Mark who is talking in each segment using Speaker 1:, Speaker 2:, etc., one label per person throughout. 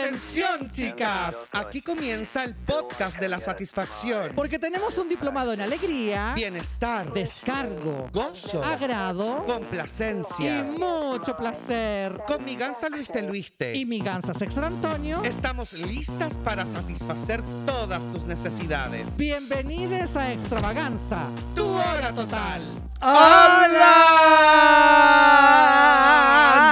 Speaker 1: Atención chicas, aquí comienza el podcast de la satisfacción,
Speaker 2: Porque tenemos un diplomado en alegría,
Speaker 1: bienestar,
Speaker 2: descargo,
Speaker 1: gozo,
Speaker 2: agrado y
Speaker 1: complacencia.
Speaker 2: mucho placer.
Speaker 1: Con mi ganza Luis de Luiste.
Speaker 2: Y mi ganza Sextra Antonio.
Speaker 1: Estamos listas para satisfacer todas tus necesidades.
Speaker 2: Bienvenidos a Extravaganza.
Speaker 1: Tu hora total.
Speaker 3: ¡Hola!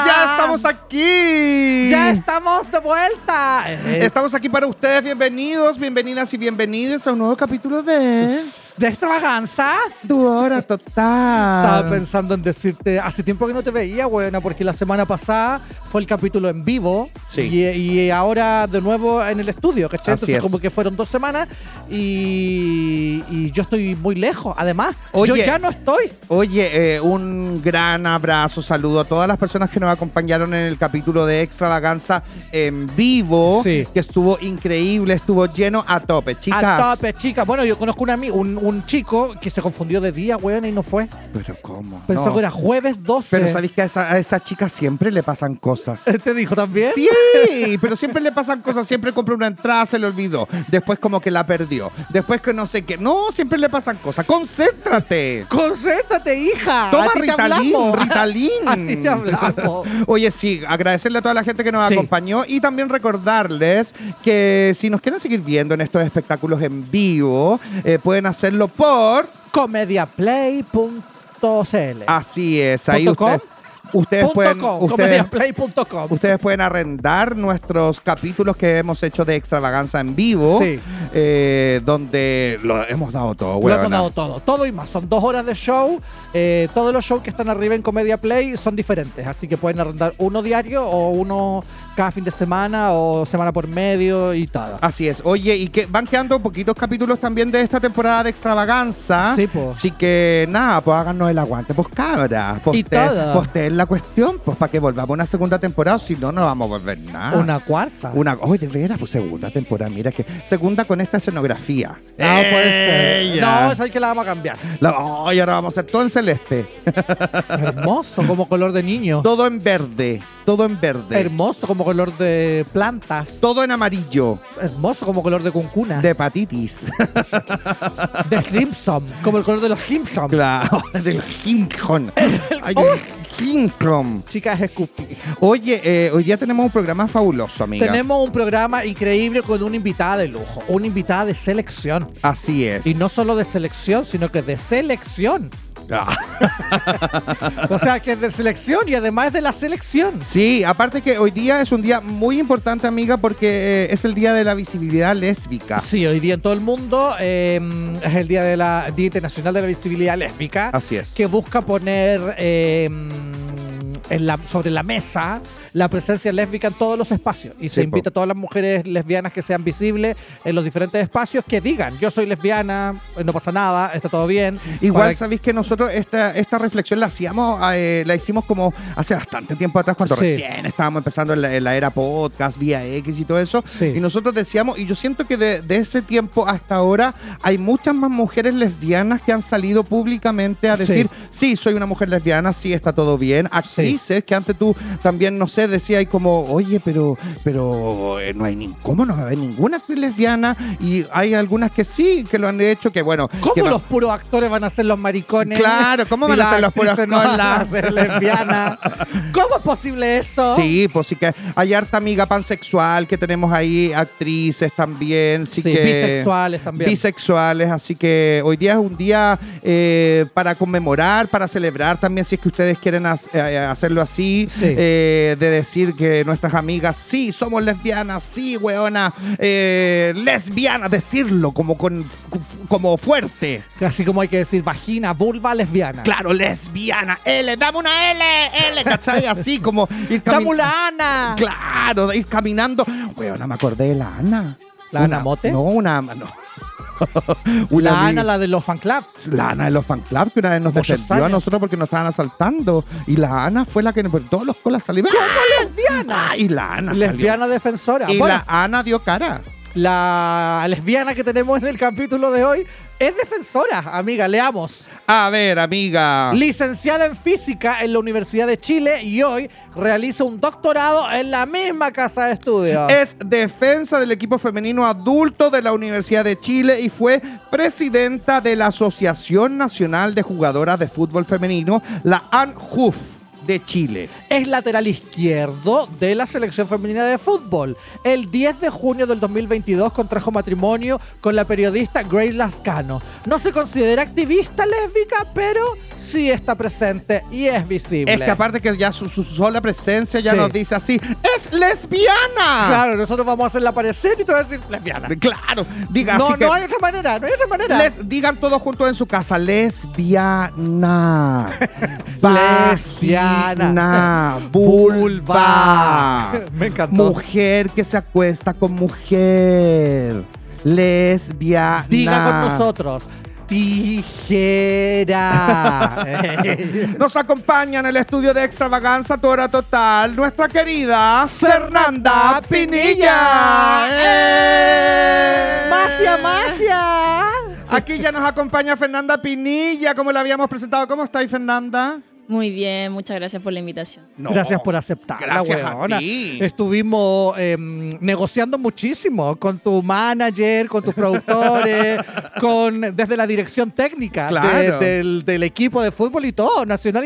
Speaker 3: ¡Ya estamos aquí!
Speaker 2: ¡Ya estamos de vuelta! Eh,
Speaker 3: Estamos aquí para ustedes, bienvenidos, bienvenidas y bienvenidos a un nuevo capítulo de
Speaker 2: ¿De Extravaganza?
Speaker 3: Tu Hora
Speaker 2: Estaba
Speaker 3: Total.
Speaker 2: pensando en decirte, hace tiempo que no te veía, buena, porque la semana pasada fue el capítulo en vivo
Speaker 3: Sí.
Speaker 2: y, y ahora de nuevo en el estudio, ¿cachai?
Speaker 3: Así
Speaker 2: Entonces
Speaker 3: es.
Speaker 2: como que fueron dos semanas y, y yo estoy muy lejos. Además, yo
Speaker 3: Oye.
Speaker 2: ya no estoy.
Speaker 3: Oye, eh, un gran abrazo, saludo a todas las personas que nos acompañaron en el capítulo de Extravaganza en vivo,
Speaker 2: Sí.
Speaker 3: que estuvo increíble, estuvo lleno a tope, chicas.
Speaker 2: A tope, chicas. Bueno, yo conozco un, ami- un, un chico que se confundió de día, weón, y no fue.
Speaker 3: Pero ¿cómo?
Speaker 2: Pensó
Speaker 3: No.
Speaker 2: que era jueves 12.
Speaker 3: Pero sabéis que a esa, a esa chica siempre le pasan cosas.
Speaker 2: ¿Te dijo ¿Eh, también?
Speaker 3: Sí, pero siempre le pasan cosas. Siempre compró una entrada, se le olvidó. Después como que la perdió. Después que no sé qué. No, siempre le pasan cosas. Concéntrate.
Speaker 2: Concéntrate, hija.
Speaker 3: Toma
Speaker 2: A ti te
Speaker 3: Ritalin,
Speaker 2: hablamos. A ti
Speaker 3: Ritalin.
Speaker 2: te hablamos.
Speaker 3: Oye, sí, agradecerle a toda la gente que nos
Speaker 2: Sí.
Speaker 3: acompañó y también recordarles que si nos quieren seguir viendo en estos espectáculos en vivo, eh, pueden hacerlo por...
Speaker 2: Comediaplay.cl.
Speaker 3: Así es, ahí
Speaker 2: ¿Punto com?
Speaker 3: usted- ustedes
Speaker 2: Punto
Speaker 3: pueden...
Speaker 2: com,
Speaker 3: ustedes-
Speaker 2: comediaplay.com.
Speaker 3: Ustedes pueden arrendar nuestros capítulos que hemos hecho de extravaganza en vivo,
Speaker 2: Sí.
Speaker 3: eh, donde lo hemos dado todo,
Speaker 2: Lo
Speaker 3: huevona.
Speaker 2: hemos dado todo, todo y más. Son dos horas de show. eh, todos los shows que están arriba en Comedia Play son diferentes, así que pueden arrendar uno diario o uno cada fin de semana o semana por medio y todo.
Speaker 3: Así es. Oye, y que van quedando poquitos capítulos también de esta temporada de extravaganza.
Speaker 2: Sí, po.
Speaker 3: Así que nada, pues háganos el aguante, pues cabra.
Speaker 2: Y todo.
Speaker 3: Posteen la cuestión, pues para que volvamos a una segunda temporada, si no, no vamos a volver nada.
Speaker 2: Ah. Una cuarta.
Speaker 3: Una, oye, de veras, pues segunda temporada, mira que segunda con esta escenografía.
Speaker 2: No, Ah, puede ser.
Speaker 3: Ella.
Speaker 2: No, es ahí que la vamos a cambiar.
Speaker 3: La- ay, ahora vamos a hacer todo en celeste.
Speaker 2: Hermoso como color de niño.
Speaker 3: Todo en verde, todo en verde.
Speaker 2: Hermoso como color de plantas.
Speaker 3: todo en amarillo,
Speaker 2: Hermoso como color de cuncuna.
Speaker 3: de
Speaker 2: De,
Speaker 3: hepatitis.
Speaker 2: Simpson. Como el color de los Simpsons.
Speaker 3: claro, del Ginkgon. Ay, el Ginkgon.
Speaker 2: Chicas Scoopy.
Speaker 3: Oye, eh, hoy día tenemos un programa fabuloso, amiga.
Speaker 2: Tenemos un programa increíble con una invitada de lujo, una invitada de selección.
Speaker 3: Así es.
Speaker 2: Y no solo de selección, sino que de selección.
Speaker 3: Ah.
Speaker 2: O sea, que es de selección y además es de la selección.
Speaker 3: Sí, aparte que hoy día es un día muy importante, amiga, porque eh, es el día de la visibilidad lésbica.
Speaker 2: Sí, hoy día en todo el mundo eh, es el día de la Día Internacional de la Visibilidad Lésbica,
Speaker 3: Así es.
Speaker 2: que busca poner eh, en la- sobre la mesa la presencia lésbica en todos los espacios.
Speaker 3: Sí,
Speaker 2: Y se
Speaker 3: po.
Speaker 2: invita a todas las mujeres lesbianas que sean visibles en los diferentes espacios que digan, yo soy lesbiana, no pasa nada, está todo bien.
Speaker 3: Igual
Speaker 2: Para-
Speaker 3: sabéis que nosotros esta, esta reflexión la hacíamos, eh, la hicimos como hace bastante tiempo atrás, cuando
Speaker 2: Sí.
Speaker 3: recién estábamos empezando en la, en la era podcast, vía X y todo eso.
Speaker 2: Sí.
Speaker 3: Y nosotros decíamos, y yo siento que de, de ese tiempo hasta ahora hay muchas más mujeres lesbianas que han salido públicamente a
Speaker 2: Sí.
Speaker 3: decir, sí, soy una mujer lesbiana, sí, está todo bien. Actrices que antes tú también, no sé, decías como, oye, pero, pero eh, no hay ni, ¿cómo no va a haber ninguna actriz lesbiana? Y hay algunas que sí, que lo han hecho, que bueno. que
Speaker 2: ¿Cómo
Speaker 3: va-
Speaker 2: los puros actores van a ser los maricones?
Speaker 3: Claro, ¿cómo
Speaker 2: Y
Speaker 3: van a
Speaker 2: las
Speaker 3: ser los puros
Speaker 2: actrices no van a
Speaker 3: colas?
Speaker 2: ser lesbianas? ¿Cómo es posible eso?
Speaker 3: Sí, pues sí que hay harta amiga pansexual que tenemos ahí, actrices también, sí,
Speaker 2: Sí,
Speaker 3: que
Speaker 2: bisexuales también.
Speaker 3: bisexuales, así que hoy día es un día eh, para conmemorar, para celebrar también, si es que ustedes quieren hac- eh, hacerlo así,
Speaker 2: Sí.
Speaker 3: eh, de decir que nuestras amigas, sí, somos lesbianas, sí, weona, eh, lesbiana, decirlo como, con, como fuerte.
Speaker 2: Así como hay que decir vagina, vulva, lesbiana.
Speaker 3: Claro, lesbiana, L, dame una L, L, ¿cachai? Así como ir
Speaker 2: ¡La
Speaker 3: camin-
Speaker 2: mulana!
Speaker 3: Claro, de ir caminando. Weona, me acordé de la Ana.
Speaker 2: ¿La
Speaker 3: Una-
Speaker 2: Ana Mote?
Speaker 3: No, una. No. Una
Speaker 2: la
Speaker 3: amiga-
Speaker 2: Ana, la de los fan club.
Speaker 3: la Ana de los fan club que una vez nos
Speaker 2: Muchos
Speaker 3: defendió a
Speaker 2: años.
Speaker 3: nosotros porque nos estaban asaltando. Y la Ana fue la que por todos los colas salió. ¡Ah!
Speaker 2: lesbiana!
Speaker 3: Y la Ana salió.
Speaker 2: Lesbiana defensora.
Speaker 3: Y
Speaker 2: Bueno,
Speaker 3: la Ana dio cara.
Speaker 2: la... la lesbiana que tenemos en el capítulo de hoy es defensora, amiga, leamos.
Speaker 3: A ver, amiga.
Speaker 2: Licenciada en física en la Universidad de Chile y hoy realiza un doctorado en la misma casa de estudios.
Speaker 3: Es defensa del equipo femenino adulto de la Universidad de Chile y fue presidenta de la Asociación Nacional de Jugadoras de Fútbol Femenino, la ANJUF de Chile.
Speaker 2: es lateral izquierdo de la selección femenina de fútbol. El 10 de junio del 2022 contrajo matrimonio con la periodista Grace Lascano. No se considera activista lésbica, pero sí está presente y es visible.
Speaker 3: Es que aparte que ya su, su sola presencia ya
Speaker 2: Sí.
Speaker 3: nos dice así, ¡es lesbiana!
Speaker 2: Claro, nosotros vamos a hacerla aparecer y te vas a decir lesbiana.
Speaker 3: Claro, diga
Speaker 2: No,
Speaker 3: así que
Speaker 2: no hay otra manera, no hay otra manera.
Speaker 3: les digan todos juntos en su casa, lesbiana,
Speaker 2: Lesbiana.
Speaker 3: vagina, vulva,
Speaker 2: Me encantó.
Speaker 3: mujer que se acuesta con mujer, lesbiana.
Speaker 2: Diga con nosotros. Tijera.
Speaker 3: Nos acompaña en el estudio de Extravaganza Tora Total nuestra querida Fernanda Pinilla. ¡Eh!
Speaker 2: magia, magia.
Speaker 3: Aquí ya nos acompaña Fernanda Pinilla, como la habíamos presentado. ¿Cómo estáis, Fernanda?
Speaker 4: Muy bien, muchas gracias por la invitación.
Speaker 2: Gracias por aceptarla,
Speaker 3: gracias a
Speaker 2: weona.
Speaker 3: ti.
Speaker 2: Estuvimos em, negociando muchísimo con tu manager, con tus productores, con desde la dirección técnica de-
Speaker 3: Claro.
Speaker 2: del, del equipo de fútbol y todo, nacional,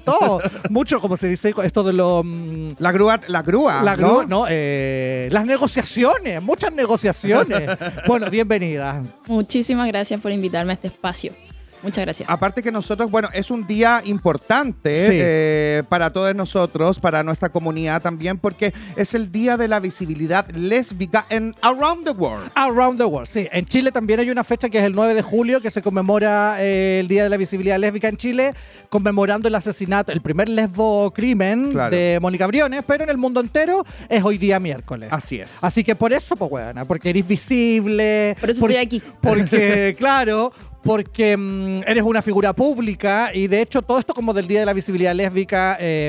Speaker 2: todo. Mucho, como se dice, esto de los... mm,
Speaker 3: La grúa, la grúa,
Speaker 2: la
Speaker 3: Ah, ¿no?
Speaker 2: grúa, no, eh, las negociaciones, muchas negociaciones. bueno, bienvenida.
Speaker 4: Muchísimas gracias por invitarme a este espacio. Muchas gracias.
Speaker 3: Aparte que nosotros, bueno, es un día importante
Speaker 2: Sí.
Speaker 3: eh, para todos nosotros, para nuestra comunidad también, porque es el día de la visibilidad lésbica en Around the World.
Speaker 2: Around the World, sí. En Chile también hay una fecha que es el 9 de julio, que se conmemora eh, el Día de la Visibilidad Lésbica en Chile, conmemorando el asesinato, el primer lesbo crimen
Speaker 3: Claro.
Speaker 2: de Mónica Briones, pero en el mundo entero es hoy día miércoles.
Speaker 3: Así es.
Speaker 2: Así que por eso, pues, weona, porque eres visible.
Speaker 4: Por eso estoy aquí.
Speaker 2: Porque, claro, porque mm, eres una figura pública y de hecho todo esto como del Día de la Visibilidad Lésbica eh,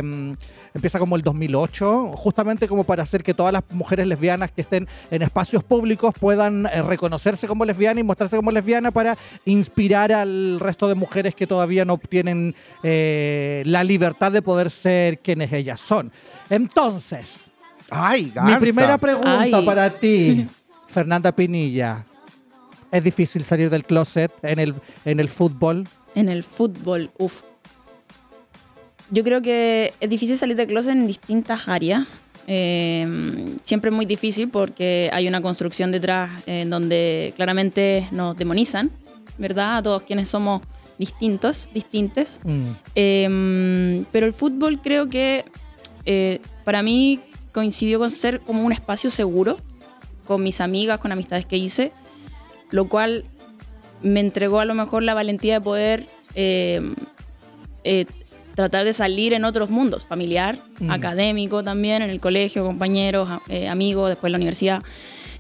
Speaker 2: empieza como el 2008, justamente como para hacer que todas las mujeres lesbianas que estén en espacios públicos puedan eh, reconocerse como lesbiana y mostrarse como lesbiana para inspirar al resto de mujeres que todavía no obtienen eh, la libertad de poder ser quienes ellas son. Entonces,
Speaker 3: Ay,
Speaker 2: mi
Speaker 3: Gansa.
Speaker 2: primera pregunta
Speaker 4: Ay.
Speaker 2: para ti, Fernanda Pinilla. ¿Es difícil salir del closet en el, en el fútbol?
Speaker 4: En el fútbol, uff. Yo creo que es difícil salir de closet en distintas áreas. Eh, siempre es muy difícil porque hay una construcción detrás en donde claramente nos demonizan, ¿verdad? A todos quienes somos distintos, distintes. Eh, pero el fútbol creo que eh, para mí coincidió con ser como un espacio seguro con mis amigas, con amistades que hice, lo cual me entregó a lo mejor la valentía de poder eh, eh, tratar de salir en otros mundos, familiar,
Speaker 2: Mm.
Speaker 4: académico también, en el colegio, compañeros, a- eh, amigos, después la universidad.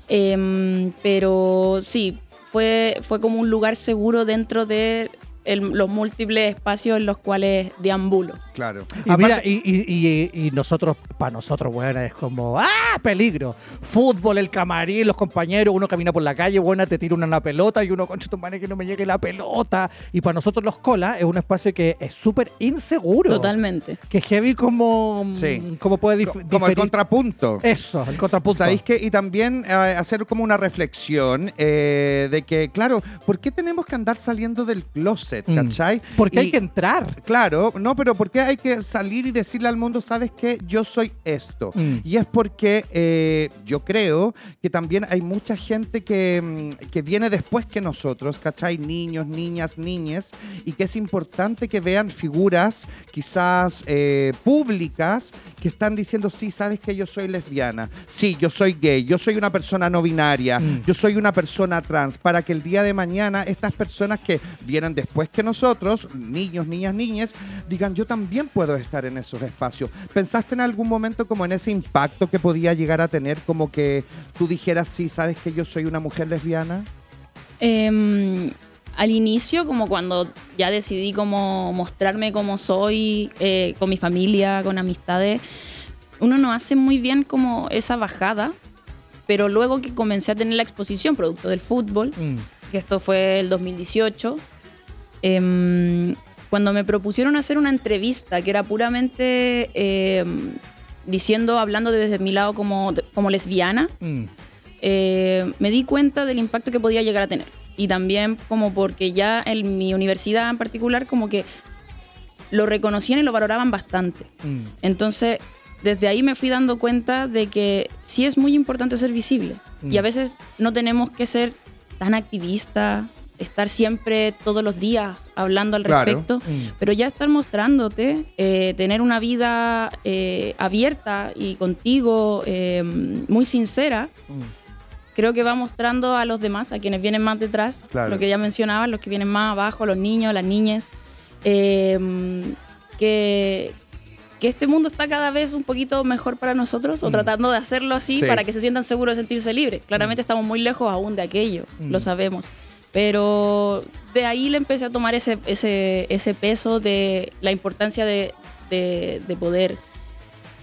Speaker 4: Em, pero sí, fue, fue como un lugar seguro dentro de el- los múltiples espacios en los cuales deambulo.
Speaker 3: Claro.
Speaker 2: Y,
Speaker 3: Aparte-
Speaker 2: mira, y, y- y- y nosotros, para nosotros, bueno, es como, ¡ah, peligro! Fútbol, el camarín, los compañeros, uno camina por la calle, bueno, te tira una, en la pelota y uno, concha tu madre, que no me llegue la pelota. Y para nosotros los colas es un espacio que es súper inseguro.
Speaker 4: Totalmente.
Speaker 2: Que es heavy como,
Speaker 3: Sí.
Speaker 2: como puede dif-
Speaker 3: co- como el
Speaker 2: diferir-
Speaker 3: contrapunto.
Speaker 2: Eso, el contrapunto.
Speaker 3: ¿Sabéis qué? Y también eh, hacer como una reflexión eh, de que, claro, ¿por qué tenemos que andar saliendo del closet,
Speaker 2: Mm.
Speaker 3: cachai?
Speaker 2: Porque hay
Speaker 3: Y-
Speaker 2: que entrar.
Speaker 3: Claro, no, pero ¿por qué hay que salir y decirle al mundo, sabes que yo soy esto?
Speaker 2: Mm.
Speaker 3: Y es porque eh, yo creo que también hay mucha gente que, mm, que viene después que nosotros, ¿cachai? Niños, niñas, niñes, y que es importante que vean figuras quizás eh, públicas que están diciendo, sí, sabes que yo soy lesbiana, sí, yo soy gay, yo soy una persona no binaria,
Speaker 2: Mm.
Speaker 3: yo soy una persona trans, para que el día de mañana estas personas que vienen después que nosotros, niños, niñas, niñas, digan, yo también puedo estar en esos espacios. ¿Pensaste en algún momento como en ese impacto que podía llegar a tener, como que tú dijeras, sí, sabes que yo soy una mujer lesbiana?
Speaker 4: Em, al inicio, como cuando ya decidí como mostrarme como soy, eh, con mi familia, con amistades, uno no hace muy bien como esa bajada Pero luego que comencé a tener la exposición, producto del fútbol,
Speaker 2: Mm.
Speaker 4: que esto fue el 2018, em, cuando me propusieron hacer una entrevista que era puramente em, diciendo, hablando desde mi lado como, como lesbiana,
Speaker 2: Mm.
Speaker 4: eh, me di cuenta del impacto que podía llegar a tener. Y también como porque ya en mi universidad en particular como que lo reconocían y lo valoraban bastante.
Speaker 2: Mm.
Speaker 4: Entonces, desde ahí me fui dando cuenta de que sí es muy importante ser visible.
Speaker 2: Mm.
Speaker 4: Y a veces no tenemos que ser tan activistas, estar siempre todos los días hablando al
Speaker 3: Claro.
Speaker 4: respecto,
Speaker 2: Mm.
Speaker 4: pero ya estar mostrándote, eh, tener una vida eh, abierta y contigo, eh, muy sincera,
Speaker 2: Mm.
Speaker 4: creo que va mostrando a los demás, a quienes vienen más detrás,
Speaker 3: Claro.
Speaker 4: lo que ya mencionaba, los que vienen más abajo, los niños, las niñas, eh, que, que este mundo está cada vez un poquito mejor para nosotros, o
Speaker 2: Mm.
Speaker 4: tratando de hacerlo así
Speaker 3: Sí.
Speaker 4: para que se sientan seguros de sentirse libres. Claramente estamos muy lejos aún de aquello,
Speaker 2: Mm.
Speaker 4: lo sabemos. Pero de ahí le empecé a tomar ese, ese, ese peso de la importancia de, de, de poder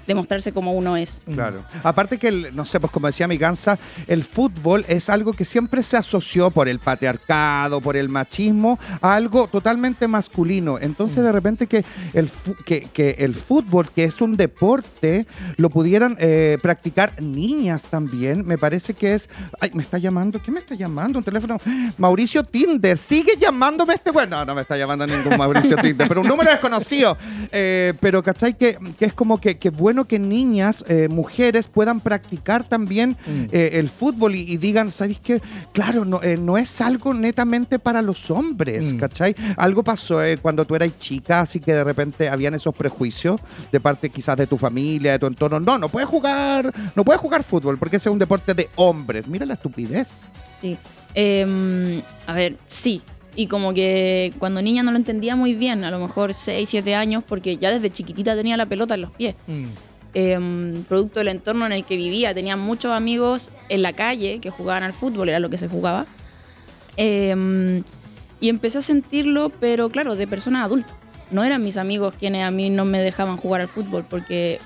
Speaker 4: demostrarse como uno es.
Speaker 3: Claro. Aparte que, el- no sé, pues como decía mi gansa, el fútbol es algo que siempre se asoció por el patriarcado, por el machismo, a algo totalmente masculino. Entonces de repente que el, fu- que, que el fútbol, que es un deporte, lo pudieran eh, practicar niñas también, me parece que es... Ay, me está llamando, ¿qué me está llamando? Un teléfono. Mauricio Tinder, sigue llamándome este... Bueno, no, no me está llamando ningún Mauricio Tinder, pero un número desconocido. Eh, pero, ¿cachai? Que, que es como que, que bueno que niñas, eh, mujeres puedan practicar también
Speaker 2: Mm.
Speaker 3: eh, el fútbol y, y digan, ¿sabéis qué? Claro, no, eh, no es algo netamente para los hombres,
Speaker 2: Mm.
Speaker 3: ¿cachai? Algo pasó eh, cuando tú eras chica, así que de repente habían esos prejuicios de parte quizás de tu familia, de tu entorno. No, no puedes jugar, no puedes jugar fútbol porque ese es un deporte de hombres. Mira la estupidez.
Speaker 4: Sí. Eh, a ver, sí. Y como que cuando niña no lo entendía muy bien, a lo mejor 6, 7 años, porque ya desde chiquitita tenía la pelota en los pies.
Speaker 2: Mm.
Speaker 4: Eh, producto del entorno en el que vivía, tenía muchos amigos en la calle que jugaban al fútbol, era lo que se jugaba. Eh, y empecé a sentirlo, pero claro, de personas adultas. No eran mis amigos quienes a mí no me dejaban jugar al fútbol, porque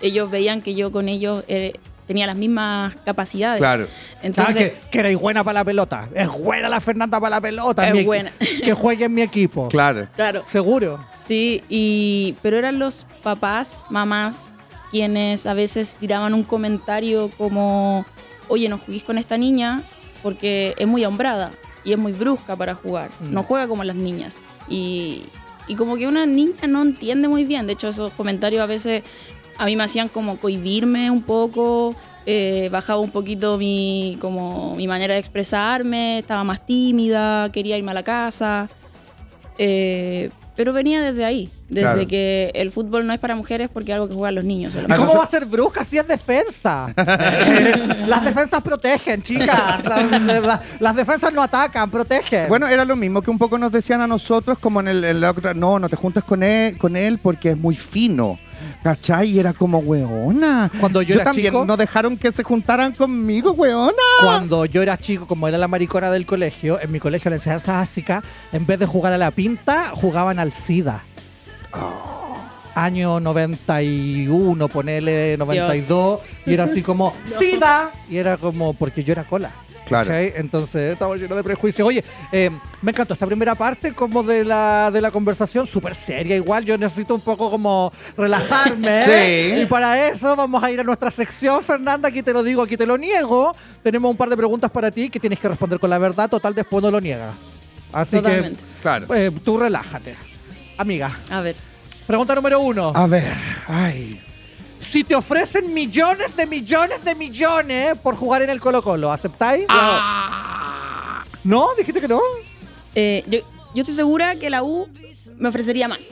Speaker 4: ellos veían que yo con ellos eh, tenía las mismas capacidades.
Speaker 2: ¿Sabes
Speaker 4: Entonces,
Speaker 2: Ah, que, que eres buena para la pelota. Es buena la Fernanda para la pelota.
Speaker 4: Es
Speaker 2: mi equi-
Speaker 4: buena.
Speaker 2: Que juegue en mi equipo.
Speaker 3: claro.
Speaker 4: claro.
Speaker 2: Seguro.
Speaker 4: Sí, y, pero eran los papás, mamás, quienes a veces tiraban un comentario como, oye, no juguís con esta niña porque es muy hombrada y es muy brusca para jugar,
Speaker 2: Mm.
Speaker 4: no juega como las niñas. Y, y como que una niña no entiende muy bien, de hecho esos comentarios a veces a mí me hacían como cohibirme un poco, eh, bajaba un poquito mi, como, mi manera de expresarme, estaba más tímida, quería irme a la casa. Eh, pero venía desde ahí, desde
Speaker 3: Claro.
Speaker 4: que el fútbol no es para mujeres porque es algo que juegan los niños.
Speaker 2: ¿Y
Speaker 4: solamente.
Speaker 2: Ah, cómo
Speaker 3: nosotros-
Speaker 2: va a ser bruja si es defensa? las defensas protegen, chicas. Las, las- las defensas no atacan, protegen.
Speaker 3: Bueno, era lo mismo que un poco nos decían a nosotros, como en, el, en la otra, no, no te juntas con él, con él porque es muy fino. ¿Cachai? Y era como, weona.
Speaker 2: Cuando yo era
Speaker 3: también
Speaker 2: chico-
Speaker 3: no dejaron que se juntaran conmigo, weona.
Speaker 2: cuando yo era chico, como era la maricona del colegio, en mi colegio la enseñanza básica, en vez de jugar a la pinta, jugaban al SIDA. Año 91, ponele 92, y era así como SIDA, y era como porque yo era cola.
Speaker 3: Claro.
Speaker 2: ¿cachai? Entonces estaba lleno de prejuicios. Oye, eh, me encantó esta primera parte como de la, de la conversación, súper seria igual. Yo necesito un poco como relajarme.
Speaker 3: Sí.
Speaker 2: Y para eso vamos a ir a nuestra sección, Fernanda. Aquí te lo digo, aquí te lo niego. Tenemos un par de preguntas para ti que tienes que responder con la verdad. Total, después no lo niegas. Así
Speaker 4: Totalmente.
Speaker 3: Claro.
Speaker 2: que eh, tú relájate. Amiga,
Speaker 4: A ver,
Speaker 2: pregunta número uno.
Speaker 3: A ver, ay.
Speaker 2: Si te ofrecen millones de millones de millones por jugar en el Colo Colo, ¿aceptáis? No, dijiste que no.
Speaker 4: eh, yo, yo estoy segura que la U me ofrecería más.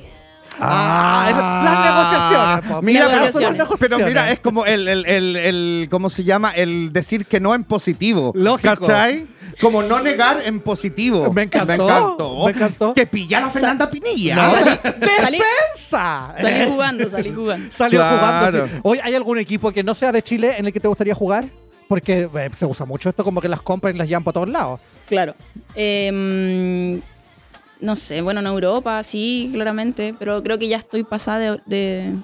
Speaker 2: Ah, las negociaciones, po.
Speaker 3: pues, Mira,
Speaker 4: Las
Speaker 3: pero-
Speaker 2: negociaciones.
Speaker 3: Pero, mira, es como el, el, el, el- ¿cómo se llama? El decir que no en positivo.
Speaker 2: Lógico.
Speaker 3: ¿Cachai? Como no negar en positivo.
Speaker 2: Me encantó,
Speaker 3: Me encantó.
Speaker 2: me encantó.
Speaker 3: Que pillara a Fernanda Pinilla.
Speaker 2: No.
Speaker 4: Salí,
Speaker 2: ¡Defensa!
Speaker 4: salí jugando, salí jugando.
Speaker 2: Salió
Speaker 3: Claro.
Speaker 2: jugando. sí. Oye, ¿hay algún equipo que no sea de Chile en el que te gustaría jugar? Porque eh, se usa mucho esto, como que las compran y las llevan para todos lados.
Speaker 4: Claro. Em, no sé, bueno, en Europa sí, claramente, pero creo que ya estoy pasada de... de-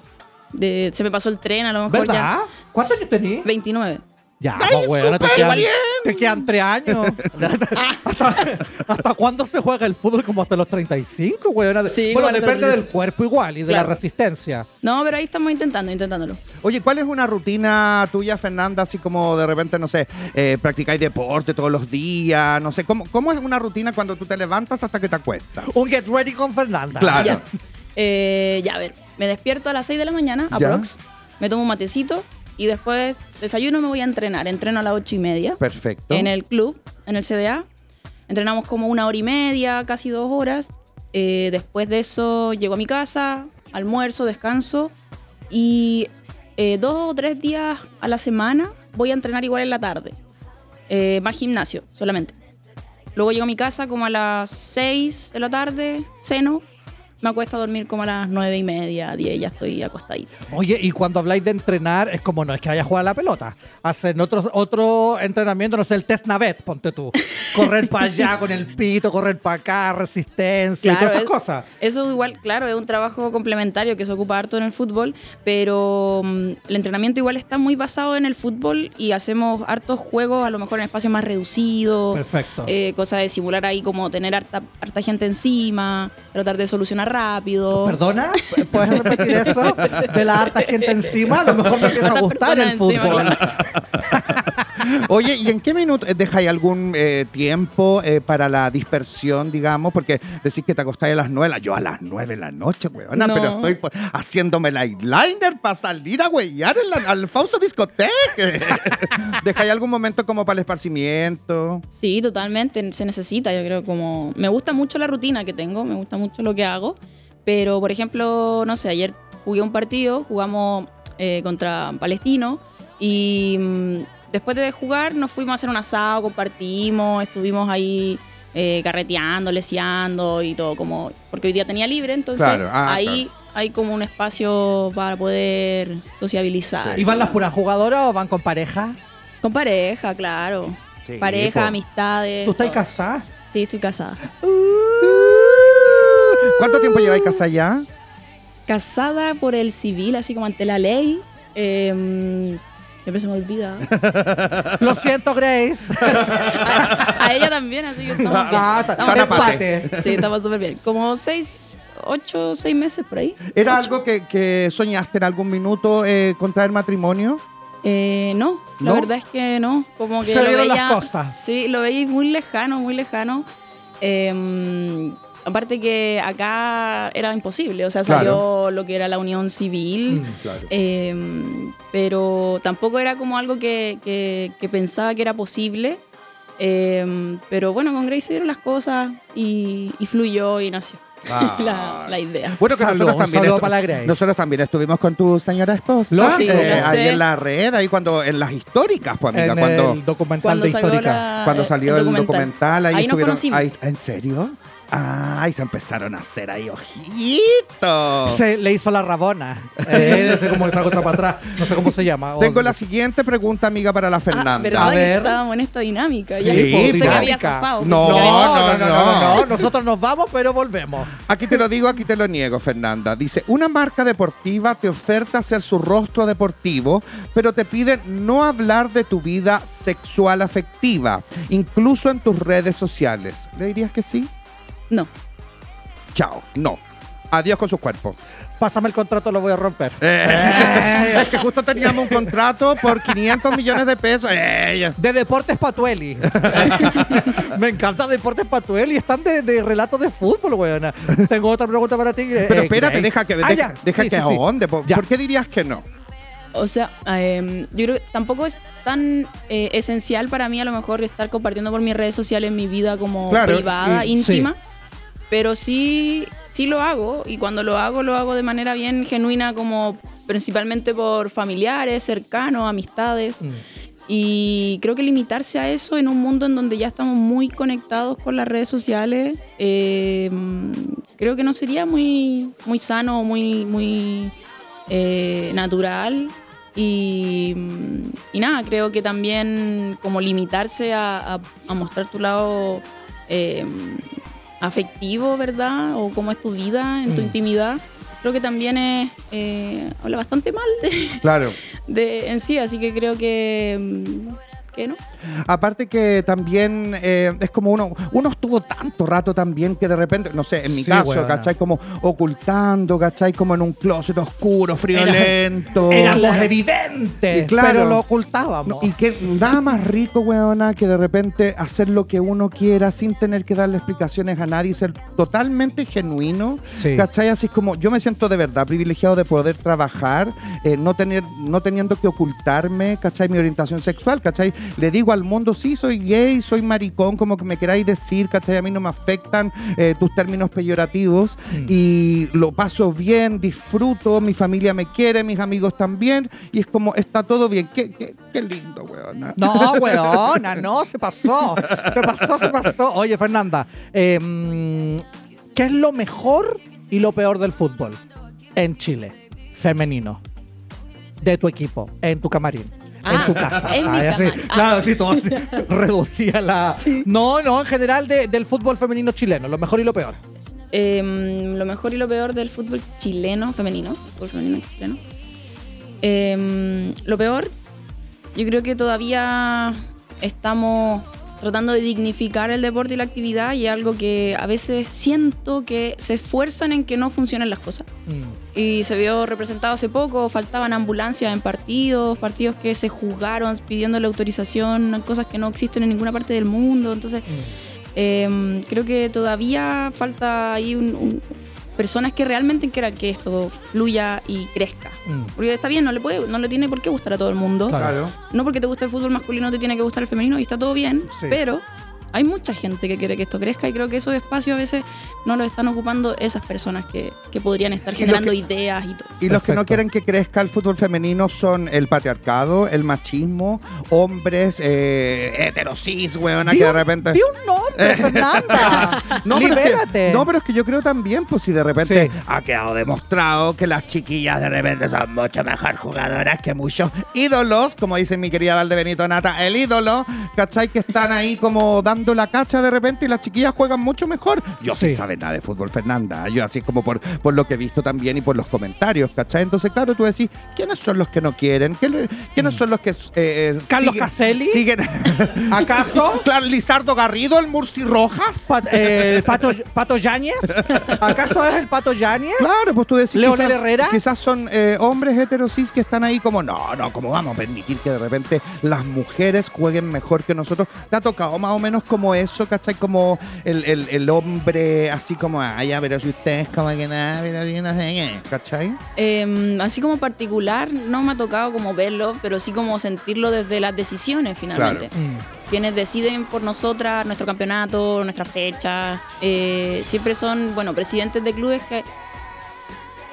Speaker 4: de- se me pasó el tren, a lo mejor
Speaker 2: ¿Verdad?
Speaker 4: ya.
Speaker 2: ¿Cuántos años tenías?
Speaker 4: 29.
Speaker 2: Ya, pues, weón, te, quedan, te quedan tres años. ¿Hasta, hasta cuándo se juega el fútbol? Como hasta los 35, weón.
Speaker 4: Sí, como
Speaker 2: bueno,
Speaker 4: hasta los
Speaker 2: depende
Speaker 4: 35.
Speaker 2: del cuerpo igual y de
Speaker 4: Claro.
Speaker 2: la resistencia.
Speaker 4: No, pero ahí estamos intentando, intentándolo.
Speaker 3: Oye, ¿cuál es una rutina tuya, Fernanda? Así como de repente, no sé, eh, practicáis deporte todos los días, no sé. ¿cómo, ¿Cómo es una rutina cuando tú te levantas hasta que te acuestas?
Speaker 2: Un get ready con Fernanda.
Speaker 3: Claro.
Speaker 4: Ya. Eh, ya, a ver. Me despierto a las 6 de la mañana,
Speaker 3: Ya.
Speaker 4: aprox. Me tomo un matecito y después desayuno y me voy a entrenar. Entreno a las 8 y media
Speaker 3: Perfecto.
Speaker 4: en el club, en el CDA. Entrenamos como una hora y media, casi dos horas. Eh, después de eso llego a mi casa, almuerzo, descanso. Y eh, dos o tres días a la semana voy a entrenar igual en la tarde. Eh, más gimnasio solamente. Luego llego a mi casa como a las 6 de la tarde, ceno. Me acuesto a dormir como a las nueve y media, 10, ya estoy acostadita.
Speaker 2: Oye, y cuando habláis de entrenar, es como no es que vaya a jugar a la pelota. Hacen otro, otro entrenamiento, no sé, el test navet, ponte tú. Correr para allá con el pito, correr para acá, resistencia y todas esas
Speaker 4: es-
Speaker 2: cosas.
Speaker 4: Eso igual, claro, es un trabajo complementario que se ocupa harto en el fútbol, pero mm, el entrenamiento igual está muy basado en el fútbol y hacemos hartos juegos, a lo mejor en espacios más reducidos,
Speaker 2: Perfecto.
Speaker 4: eh, cosas de simular ahí como tener harta, harta gente encima, tratar de solucionar rápido.
Speaker 2: ¿Perdona? ¿Puedes repetir eso? De la harta gente encima, a lo mejor me empieza a
Speaker 4: Harta
Speaker 2: gustar
Speaker 4: persona
Speaker 2: el
Speaker 4: encima,
Speaker 2: fútbol.
Speaker 4: claro.
Speaker 3: Oye, ¿y en qué minuto eh, dejáis algún eh, tiempo eh, para la dispersión, digamos? Porque decís que te acostáis a las nueve, la- yo a las nueve de la noche, weona,
Speaker 4: No.
Speaker 3: pero estoy pues, haciéndome el eyeliner para salir a huellar en la- al Fausto Discoteque. ¿Dejáis algún momento como para el esparcimiento?
Speaker 4: Sí, totalmente, se necesita, yo creo, como... Me gusta mucho la rutina que tengo, me gusta mucho lo que hago, pero, por ejemplo, no sé, ayer jugué un partido, jugamos eh, contra Palestino y mm, después de jugar nos fuimos a hacer un asado, compartimos, estuvimos ahí eh, carreteando, leseando y todo, como... Porque hoy día tenía libre, entonces
Speaker 3: Claro, ah,
Speaker 4: ahí hay como un espacio para poder sociabilizar.
Speaker 2: ¿Y van las puras jugadoras o van con pareja?
Speaker 4: Con pareja, claro.
Speaker 3: Sí,
Speaker 4: pareja,
Speaker 3: po.
Speaker 4: amistades.
Speaker 2: ¿Tú estás
Speaker 4: todo.
Speaker 2: casada?
Speaker 4: Sí, estoy casada.
Speaker 3: ¿Cuánto tiempo lleváis casada ya?
Speaker 4: Casada por el civil, así como ante la ley. eh, siempre se me olvida.
Speaker 2: Lo siento, Grace.
Speaker 4: A, a ella también, así que estamos bien.
Speaker 2: Ah, ta-
Speaker 4: Estamos
Speaker 2: tan
Speaker 4: bien.
Speaker 3: aparte.
Speaker 2: aparte.
Speaker 4: Sí, estamos súper bien. Como seis, ocho, seis meses por ahí.
Speaker 3: ¿Era algo que, que soñaste en algún minuto eh, contraer matrimonio?
Speaker 4: Eh, no, la
Speaker 3: ¿No?
Speaker 4: verdad es que no. Como que
Speaker 2: Se
Speaker 4: lo
Speaker 2: dieron las
Speaker 4: veía,
Speaker 2: cosas.
Speaker 4: Sí, lo veía muy lejano, muy lejano. Eh, aparte que acá era imposible, o sea, salió lo que era la unión
Speaker 2: Mm.
Speaker 4: civil. Eh, pero tampoco era como algo que, que- que pensaba que era posible. Eh, pero bueno, con Grace se dieron las cosas y, y fluyó y nació
Speaker 3: Ah.
Speaker 4: la, la idea.
Speaker 3: Bueno, que
Speaker 2: Un saludo,
Speaker 3: nosotros
Speaker 2: un
Speaker 3: también,
Speaker 2: saludo
Speaker 3: estu-
Speaker 2: para la Grace.
Speaker 3: nosotros también estuvimos con tu señora esposa
Speaker 2: Lo
Speaker 4: sigo,
Speaker 3: eh,
Speaker 4: lo
Speaker 3: ahí
Speaker 4: sé.
Speaker 3: en la red, ahí cuando en las históricas, pues amiga,
Speaker 2: en
Speaker 3: cuando,
Speaker 2: el documental
Speaker 4: Cuando
Speaker 2: de
Speaker 4: salió,
Speaker 2: histórica.
Speaker 4: la-
Speaker 3: cuando salió el documental, ahí,
Speaker 4: Ah, ahí nos
Speaker 3: estuvieron.
Speaker 4: conocimos. Ah,
Speaker 3: ahí- ¿En serio? Ay, se empezaron a hacer ahí ojitos.
Speaker 2: Se le hizo la rabona. Eh, no sé cómo esa cosa para atrás. No sé cómo se llama.
Speaker 3: Tengo
Speaker 2: O-
Speaker 3: la siguiente pregunta, amiga, para la
Speaker 4: Ah,
Speaker 3: Fernanda.
Speaker 4: ¿verdad
Speaker 2: A
Speaker 4: que
Speaker 2: ver.
Speaker 4: estábamos en esta dinámica? Ya
Speaker 3: Sí,
Speaker 4: Yo pensé que
Speaker 3: dinámica.
Speaker 4: había zafado.
Speaker 3: No,
Speaker 4: pensé que había-
Speaker 3: no, no.
Speaker 2: Nosotros nos vamos, pero volvemos.
Speaker 3: Aquí te lo digo, aquí te lo niego, Fernanda. Dice, una marca deportiva te oferta hacer su rostro deportivo, pero te piden no hablar de tu vida sexual afectiva, incluso en tus redes sociales. ¿Le dirías que sí?
Speaker 4: No.
Speaker 3: Chao, no. Adiós con sus cuerpos.
Speaker 2: Pásame el contrato, lo voy a romper.
Speaker 3: Eh, es que justo teníamos un contrato por 500 millones de pesos. Eh, ya.
Speaker 2: De Deportes Patueli. Me encanta Deportes Patueli. Están de, de relatos de fútbol, weona. Tengo otra pregunta para ti. eh,
Speaker 3: Pero espérate,
Speaker 2: Grace.
Speaker 3: deja que,
Speaker 2: Ah,
Speaker 3: deja,
Speaker 2: ya.
Speaker 3: deja
Speaker 2: Sí,
Speaker 3: que
Speaker 2: sí, sí.
Speaker 3: ahonde. ¿Por,
Speaker 2: Ya.
Speaker 3: por qué dirías que no?
Speaker 4: O sea, em, yo creo que tampoco es tan eh, esencial para mí a lo mejor estar compartiendo por mis redes sociales mi vida como
Speaker 3: Claro,
Speaker 4: privada,
Speaker 2: y-
Speaker 4: íntima. Pero sí, sí lo hago y cuando lo hago lo hago de manera bien genuina como principalmente por familiares, cercanos, amistades.
Speaker 2: Mm.
Speaker 4: Y creo que limitarse a eso en un mundo en donde ya estamos muy conectados con las redes sociales, eh, creo que no sería muy, muy sano, muy, muy eh, natural. Y, y nada, creo que también como limitarse a, a- a mostrar tu lado eh, afectivo, ¿verdad? O cómo es tu vida, en tu
Speaker 2: Mm.
Speaker 4: intimidad. creo que también es, eh, habla bastante mal de,
Speaker 3: Claro.
Speaker 4: de- en sí, así que creo que, mm, que no.
Speaker 3: Aparte que también eh, es como uno, uno estuvo tanto rato también que de repente, no sé, en mi
Speaker 2: Sí,
Speaker 3: caso,
Speaker 2: huevona.
Speaker 3: ¿cachai? Como ocultando, ¿cachai? Como en un closet oscuro, friolento.
Speaker 2: Éramos evidentes,
Speaker 3: Y claro.
Speaker 2: pero lo
Speaker 3: No,
Speaker 2: ocultábamos.
Speaker 3: y que nada más rico, weona, que de repente hacer lo que uno quiera sin tener que darle explicaciones a nadie, ser totalmente genuino.
Speaker 2: Sí.
Speaker 3: ¿Cachai? Así es como yo me siento de verdad privilegiado de poder trabajar, eh, no, tener, no teniendo que ocultarme, ¿cachai? Mi orientación sexual, ¿cachai? Le digo al mundo, sí, soy gay, soy maricón, como que me queráis decir, ¿cachai? A mí no me afectan eh, tus términos peyorativos
Speaker 2: Mm.
Speaker 3: y lo paso bien, disfruto, mi familia me quiere, mis amigos también y es como, está todo bien. Qué, qué- qué lindo, weona.
Speaker 2: No, weona, no, se pasó. Se pasó, se pasó. Oye, Fernanda, eh, mm, ¿qué es lo mejor y lo peor del fútbol en Chile? Femenino. De tu equipo, en tu camarín. en
Speaker 4: Ah,
Speaker 2: tu casa.
Speaker 4: en mi
Speaker 2: Ay, así,
Speaker 4: camarín. Ah.
Speaker 2: Claro, sí, todo así. Reducía la. No, no, en general de- del fútbol femenino chileno, lo mejor y lo peor.
Speaker 4: Em, lo mejor y lo peor del fútbol chileno, femenino, fútbol femenino chileno. Em, lo peor, yo creo que todavía estamos tratando de dignificar el deporte y la actividad y algo que a veces siento que se esfuerzan en que no funcionen las cosas.
Speaker 2: Mm,
Speaker 4: Y se vio representado hace poco, faltaban ambulancias en partidos, partidos que se jugaron pidiéndole autorización, cosas que no existen en ninguna parte del mundo. Entonces,
Speaker 2: mm.
Speaker 4: eh, creo que todavía falta ahí un- un- personas que realmente quieran que esto fluya y crezca.
Speaker 2: Mm.
Speaker 4: Porque está bien, no le, puede, no le tiene por qué gustar a todo el mundo.
Speaker 2: Claro.
Speaker 4: No porque te gusta el fútbol masculino te tiene que gustar el femenino y está todo bien.
Speaker 3: Sí.
Speaker 4: Pero hay mucha gente que quiere que esto crezca y creo que esos espacios a veces no los están ocupando esas personas que, que podrían estar
Speaker 3: lo
Speaker 4: generando
Speaker 3: que-
Speaker 4: ideas y todo.
Speaker 3: Y los que no
Speaker 2: Perfecto.
Speaker 3: quieren que crezca el fútbol femenino son el patriarcado, el machismo, hombres, eh, heterosis, weona,
Speaker 2: Di
Speaker 3: que de
Speaker 2: un-
Speaker 3: repente.
Speaker 2: di un nombre, Fernanda.
Speaker 3: Eh. No pero, es que,
Speaker 2: Libérate.
Speaker 3: no, pero es que yo creo también, pues si de repente
Speaker 2: Sí.
Speaker 3: ha quedado demostrado que las chiquillas de repente son mucho mejor jugadoras que muchos ídolos, como dice mi querida Valdebenito Nata, el ídolo, ¿cachai? Que están ahí como dando la cacha de repente y las chiquillas juegan mucho mejor. Yo sí,
Speaker 2: Sí.
Speaker 3: sabe nada de fútbol, Fernanda. Yo así como por, por lo que he visto también y por los comentarios, ¿cachai? Entonces, claro, tú decís, ¿quiénes son los que no quieren? ¿Quién- ¿Quiénes son los que... eh, eh,
Speaker 2: Mm. ¿Carlos Caselli?
Speaker 3: Siguen...
Speaker 2: ¿Acaso?
Speaker 3: Claro, Lizardo Garrido, el Murci Rojas.
Speaker 2: Pat- eh, el Pato, Pato Yáñez. ¿Acaso es el Pato Yáñez?
Speaker 3: Claro, pues tú decís.
Speaker 2: ¿Leonel
Speaker 3: quizás-
Speaker 2: Herrera?
Speaker 3: Quizás son eh, hombres heterosis que están ahí como, no, no, ¿cómo vamos a permitir que de repente las mujeres jueguen mejor que nosotros? Te ha tocado más o menos como eso, ¿cachai? Como el, el- el hombre así como, ah, ya, pero si ustedes como que nada, pero si no sé qué", ¿cachai?
Speaker 4: Em, así como particular, no me ha tocado como verlo, pero sí como sentirlo desde las decisiones finalmente.
Speaker 2: Mm.
Speaker 4: Quienes deciden por nosotras, nuestro campeonato, nuestras fechas, eh, siempre son, bueno, presidentes de clubes que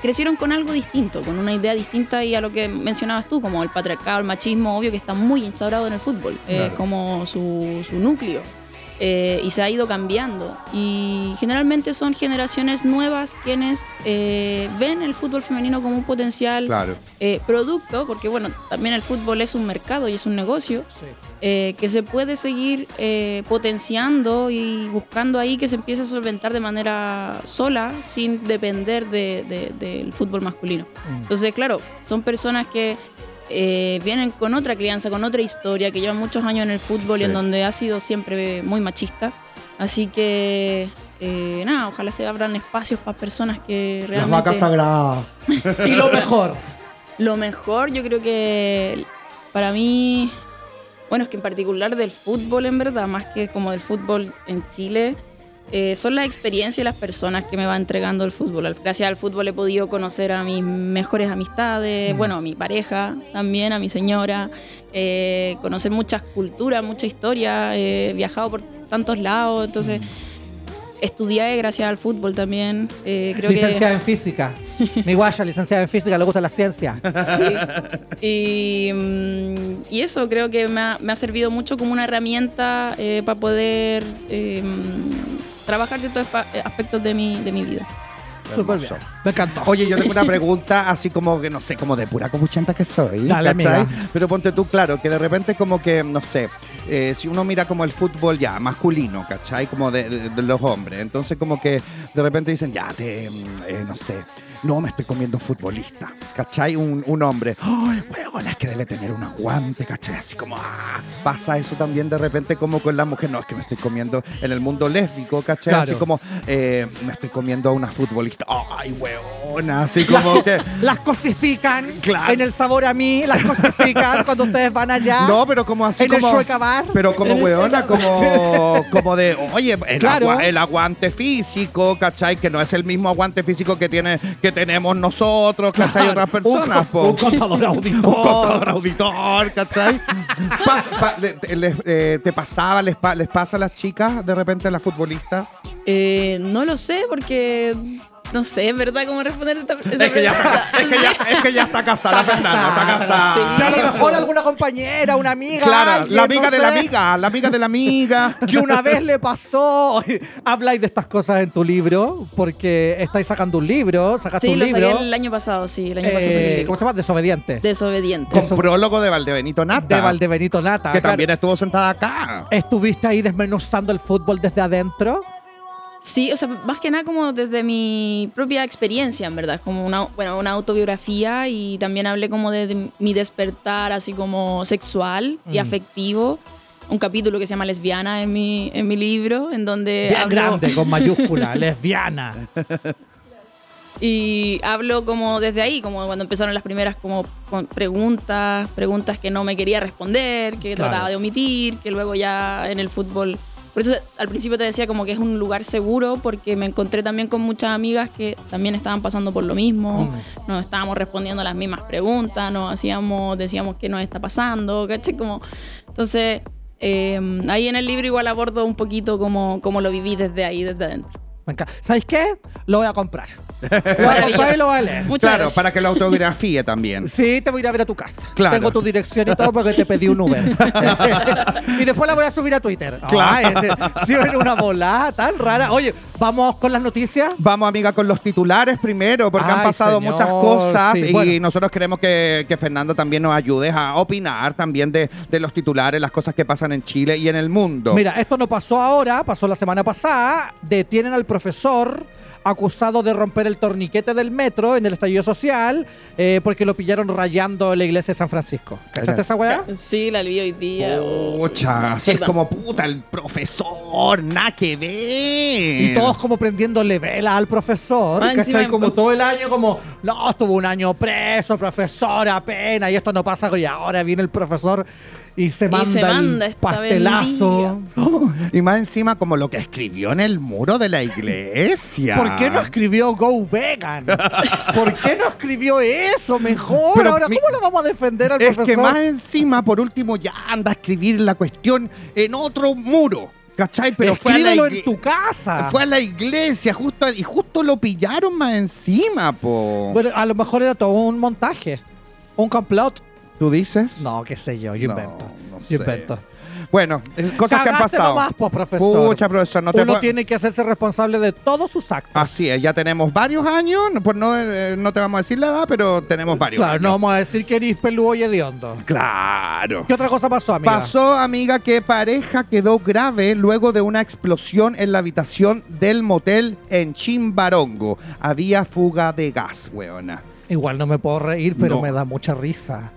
Speaker 4: crecieron con algo distinto, con una idea distinta y a lo que mencionabas tú, como el patriarcado, el machismo, obvio que está muy instaurado en el fútbol, eh, es como su, su núcleo. eh, y se ha ido cambiando. Y generalmente son generaciones nuevas quienes eh, ven el fútbol femenino como un potencial
Speaker 3: Claro.
Speaker 4: eh, producto, porque bueno, también el fútbol es un mercado y es un negocio,
Speaker 2: Sí.
Speaker 4: eh, que se puede seguir eh, potenciando y buscando ahí que se empiece a solventar de manera sola, sin depender de- de- del fútbol masculino. Entonces, claro, son personas que eh, vienen con otra crianza, con otra historia, que llevan muchos años en el fútbol
Speaker 3: Sí.
Speaker 4: y en donde ha sido siempre muy machista. Así que, eh, nada, ojalá se abran espacios para personas que realmente...
Speaker 3: sagradas.
Speaker 2: Y lo mejor.
Speaker 4: Lo mejor, yo creo que para mí, bueno, es que en particular del fútbol, en verdad, más que como del fútbol en Chile, eh, son las experiencias y las personas que me va entregando el fútbol. Al- Gracias al fútbol he podido conocer a mis mejores amistades, bueno, a mi pareja también, a mi señora, eh, conocer muchas culturas, mucha historia, eh, he viajado por tantos lados, entonces estudié gracias al fútbol también. eh, creo que...
Speaker 2: licenciada en física. Mi guaya, licenciada en física, le gusta la ciencia.
Speaker 4: Y, mm, y eso creo que me ha, me ha servido mucho como una herramienta eh, para poder eh, mm, trabajar ciertos espa- aspectos de mi, de mi vida.
Speaker 2: Súper bien. Me encantó.
Speaker 3: Oye, yo tengo una pregunta así como que no sé, como de pura copuchenta que soy.
Speaker 2: Dale,
Speaker 3: ¿cachai?
Speaker 2: amiga.
Speaker 3: Pero ponte tú claro, que de repente como que, no sé, eh, si uno mira como el fútbol ya masculino, ¿cachai? Como de, de- de los hombres. Entonces como que de repente dicen, ya, te, mm, eh, no sé. No, me estoy comiendo un futbolista, ¿cachai? Un, un hombre. ¡Ay, huevona, es que debe tener un aguante, ¿cachai? Así como, ah, pasa eso también de repente como con la mujer. No, es que me estoy comiendo en el mundo lésbico, ¿cachai?
Speaker 2: Claro.
Speaker 3: Así como, eh, me estoy comiendo a una futbolista. ¡Ay, huevona! Así como que...
Speaker 2: Las cosifican
Speaker 3: Claro.
Speaker 2: en el sabor a mí, las cosifican cuando ustedes van allá.
Speaker 3: No, pero como así
Speaker 2: ¿Ah? en el
Speaker 3: como...
Speaker 2: Shueca Bar.
Speaker 3: Pero como
Speaker 4: En el
Speaker 3: weona, como, como de, oye, el,
Speaker 2: Claro.
Speaker 3: agua- el aguante físico, ¿cachai? Que no es el mismo aguante físico que, tiene, que tenemos nosotros, ¿cachai? Otras personas, po.
Speaker 2: Ah, Un contador auditor.
Speaker 3: Un contador auditor, ¿cachai? Pas- pa- le- te- les, eh, ¿Te pasaba, les, pa- les pasa a las chicas de repente, a las futbolistas?
Speaker 4: Eh, no lo sé porque no sé, en ¿verdad? ¿Cómo responder esta esa
Speaker 3: Es que ya
Speaker 4: pregunta?
Speaker 3: está, es que ya, es que ya está casada, Fernanda, está
Speaker 4: casada,
Speaker 3: casada.
Speaker 4: sí.
Speaker 2: Claro, a lo mejor alguna compañera, una amiga.
Speaker 3: Claro,
Speaker 2: alguien,
Speaker 3: la amiga
Speaker 2: no
Speaker 3: de la
Speaker 2: sé,
Speaker 3: amiga, la amiga de la amiga.
Speaker 2: Que una vez le pasó. Habláis de estas cosas en tu libro, porque estáis sacando un libro, sacaste
Speaker 4: Sí,
Speaker 2: un
Speaker 4: lo
Speaker 2: libro.
Speaker 4: saqué el año pasado, sí, el año pasado saqué el
Speaker 2: eh,
Speaker 4: libro.
Speaker 2: ¿Cómo se llama? Desobediente.
Speaker 4: Desobediente.
Speaker 3: Con prólogo de Valdebenito Nata.
Speaker 2: de Valdebenito Nata.
Speaker 3: que
Speaker 2: Ah, claro.
Speaker 3: también estuvo sentada acá.
Speaker 2: ¿Estuviste ahí desmenuzando el fútbol desde adentro?
Speaker 4: Sí, o sea, más que nada como desde mi propia experiencia, en verdad, como una, bueno, una autobiografía y también hablé como de, de mi despertar así como sexual y
Speaker 2: Mm.
Speaker 4: afectivo. Un capítulo que se llama Lesbiana en mi, en mi libro, en donde...
Speaker 2: Bien
Speaker 4: Eh, hablo-
Speaker 2: grande, con mayúscula, lesbiana.
Speaker 4: Y hablo como desde ahí, como cuando empezaron las primeras como con- preguntas, preguntas que no me quería responder, que
Speaker 2: Claro.
Speaker 4: trataba de omitir, que luego ya en el fútbol... Por eso al principio te decía como que es un lugar seguro porque me encontré también con muchas amigas que también estaban pasando por lo mismo, no estábamos respondiendo las mismas preguntas, nos hacíamos, decíamos qué nos está pasando, ¿cachai? Como, entonces, eh, ahí en el libro igual abordo un poquito como, como lo viví desde ahí, desde adentro.
Speaker 2: Me encanta. ¿Sabéis qué? Lo voy a comprar. Lo voy a
Speaker 4: Maravilloso.
Speaker 2: comprar y lo voy a leer.
Speaker 4: Muchas
Speaker 3: claro,
Speaker 4: gracias.
Speaker 3: para que lo autografíe también.
Speaker 2: Sí, te voy a ir a ver a tu casa.
Speaker 3: Claro.
Speaker 2: Tengo tu dirección y todo porque te pedí un Uber. y después la voy a subir a Twitter.
Speaker 3: Claro.
Speaker 2: Ay, sí, era una bola tan rara. Oye, vamos con las noticias.
Speaker 3: Vamos, amiga, con los titulares primero, porque han
Speaker 2: Ay,
Speaker 3: pasado
Speaker 2: señor,
Speaker 3: muchas cosas
Speaker 2: sí,
Speaker 3: y
Speaker 2: bueno.
Speaker 3: nosotros queremos que, que Fernando también nos ayudes a opinar también de, de los titulares, las cosas que pasan en Chile y en el mundo.
Speaker 2: Mira, esto no pasó ahora, pasó la semana pasada. Detienen al profesor acusado de romper el torniquete del metro en el estallido social eh, porque lo pillaron rayando la iglesia de San Francisco. ¿Cachaste
Speaker 3: Gracias.
Speaker 2: esa weá?
Speaker 4: Sí, la vi hoy día.
Speaker 3: Oh. Pucha, así es
Speaker 4: Perdón.
Speaker 3: como puta, el profesor, nada que ver.
Speaker 2: Y todos como prendiéndole vela al profesor,
Speaker 4: Ah, encima
Speaker 2: ¿cachai?
Speaker 4: en-
Speaker 2: Como todo el año, como, no, estuvo un año preso, profesor, apenas, y esto no pasa, y ahora viene el profesor y se manda,
Speaker 4: se manda
Speaker 2: el
Speaker 4: esta
Speaker 2: pastelazo.
Speaker 3: Y más encima, como lo que escribió en el muro de la iglesia.
Speaker 2: ¿Por qué no escribió Go Vegan? ¿Por qué no escribió eso mejor?
Speaker 3: Pero
Speaker 2: ahora,
Speaker 3: mi-
Speaker 2: ¿cómo lo vamos a defender al
Speaker 3: Es
Speaker 2: profesor?
Speaker 3: que más encima, por último, ya anda a escribir la cuestión en otro muro. ¿Cachai? Pero
Speaker 2: Escríbelo
Speaker 3: fue a la
Speaker 2: en
Speaker 3: igle-
Speaker 2: tu casa.
Speaker 3: Fue a la iglesia, justo, y justo lo pillaron más encima, po.
Speaker 2: Bueno, a lo mejor era todo un montaje, un complot.
Speaker 3: ¿Tú dices?
Speaker 2: No, qué sé yo, yo
Speaker 3: No,
Speaker 2: invento.
Speaker 3: no sé.
Speaker 2: Yo invento.
Speaker 3: Bueno, es- cosas que han
Speaker 2: Cagaste
Speaker 3: pasado.
Speaker 2: nomás, po, profesor.
Speaker 3: Pucha, profesor, no te
Speaker 2: Uno
Speaker 3: puedo- Ah,
Speaker 2: tiene que hacerse responsable de todos sus actos.
Speaker 3: Así es, ya tenemos varios años, no- pues no, eh, no te vamos a decir la edad, pero tenemos varios
Speaker 2: claro, no
Speaker 3: años.
Speaker 2: vamos a decir que eres peludo y hediondo.
Speaker 3: Claro.
Speaker 2: ¿Qué otra cosa pasó, amiga?
Speaker 3: Pasó, amiga, que pareja quedó grave luego de una explosión en la habitación del motel en Chimbarongo. Había fuga de gas, weona.
Speaker 2: Igual no me puedo reír, pero
Speaker 3: No.
Speaker 2: me da mucha risa.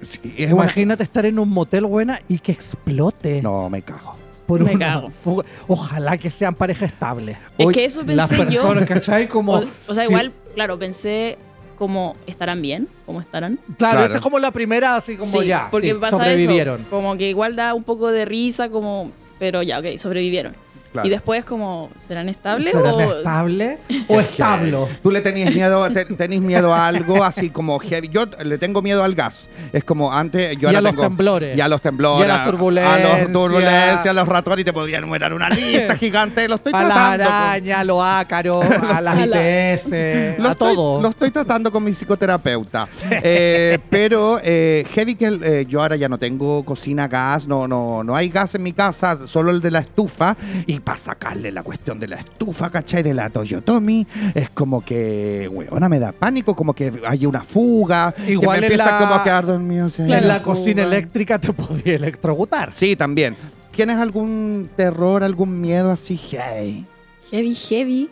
Speaker 3: Sí, es una-
Speaker 2: Imagínate estar en un motel buena y que explote.
Speaker 3: No, me cago.
Speaker 2: por
Speaker 4: Me
Speaker 2: una
Speaker 4: cago.
Speaker 2: fuga. Ojalá que sean pareja estable.
Speaker 4: Es
Speaker 3: Hoy-
Speaker 4: que eso
Speaker 2: Las
Speaker 4: pensé yo.
Speaker 2: personas, ¿cachai? Como,
Speaker 4: O, o sea,
Speaker 2: si-
Speaker 4: igual, claro, pensé como estarán bien, como estarán.
Speaker 2: Claro,
Speaker 3: Claro.
Speaker 2: esa es como la primera, así como
Speaker 4: Sí,
Speaker 2: ya.
Speaker 4: porque
Speaker 2: sí,
Speaker 4: pasa
Speaker 2: sobrevivieron.
Speaker 4: eso. Como que igual da un poco de risa, como, pero ya, ok, sobrevivieron.
Speaker 3: Claro.
Speaker 4: Y después como, ¿serán estables
Speaker 2: ¿Serán
Speaker 4: o
Speaker 2: estable o establo?
Speaker 3: Tú le tenías miedo, te- tenés miedo a algo así como heavy. Yo le tengo miedo al gas. Es como antes, yo
Speaker 2: Y
Speaker 3: ahora
Speaker 2: a los
Speaker 3: tengo-
Speaker 2: temblores.
Speaker 3: Y a los temblores.
Speaker 2: Y a las
Speaker 3: A
Speaker 2: turbulencias.
Speaker 3: los turbulencias, a los ratones. Y te podrían enumerar una lista gigante. Lo estoy
Speaker 2: A la
Speaker 3: tratando. con-
Speaker 2: araña, a los ácaros, a las
Speaker 4: A la-
Speaker 2: ITS,
Speaker 3: lo
Speaker 2: a
Speaker 3: estoy,
Speaker 2: todo.
Speaker 3: lo estoy tratando con mi psicoterapeuta. Eh, pero, eh, heavy que el- eh, yo ahora ya no tengo cocina a gas, no, no, no hay gas en mi casa, solo el de la estufa. Y para sacarle la cuestión de la estufa, ¿cachai? De la Toyotomi, es como que, weona, me da pánico, como que hay una fuga,
Speaker 2: Igual
Speaker 3: que
Speaker 2: en
Speaker 3: me empieza
Speaker 2: la-
Speaker 3: como a quedar dormido. sí.
Speaker 2: en la
Speaker 4: Claro.
Speaker 2: cocina
Speaker 4: Fuga.
Speaker 2: eléctrica te podía electrocutar.
Speaker 3: Sí, también. ¿Tienes algún terror, algún miedo así, hey?
Speaker 4: heavy, heavy?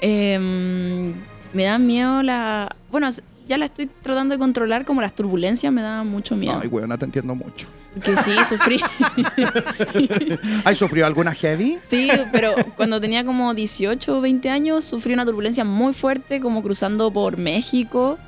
Speaker 4: Em, Me dan miedo la... Bueno, ya la estoy tratando de controlar, como las turbulencias me dan mucho miedo.
Speaker 3: Ay, weona, te entiendo mucho.
Speaker 4: Que sí, sufrí.
Speaker 3: ¿Has sufrido alguna heavy?
Speaker 4: Sí, pero cuando tenía como 18 o 20 años sufrí una turbulencia muy fuerte, como cruzando por México.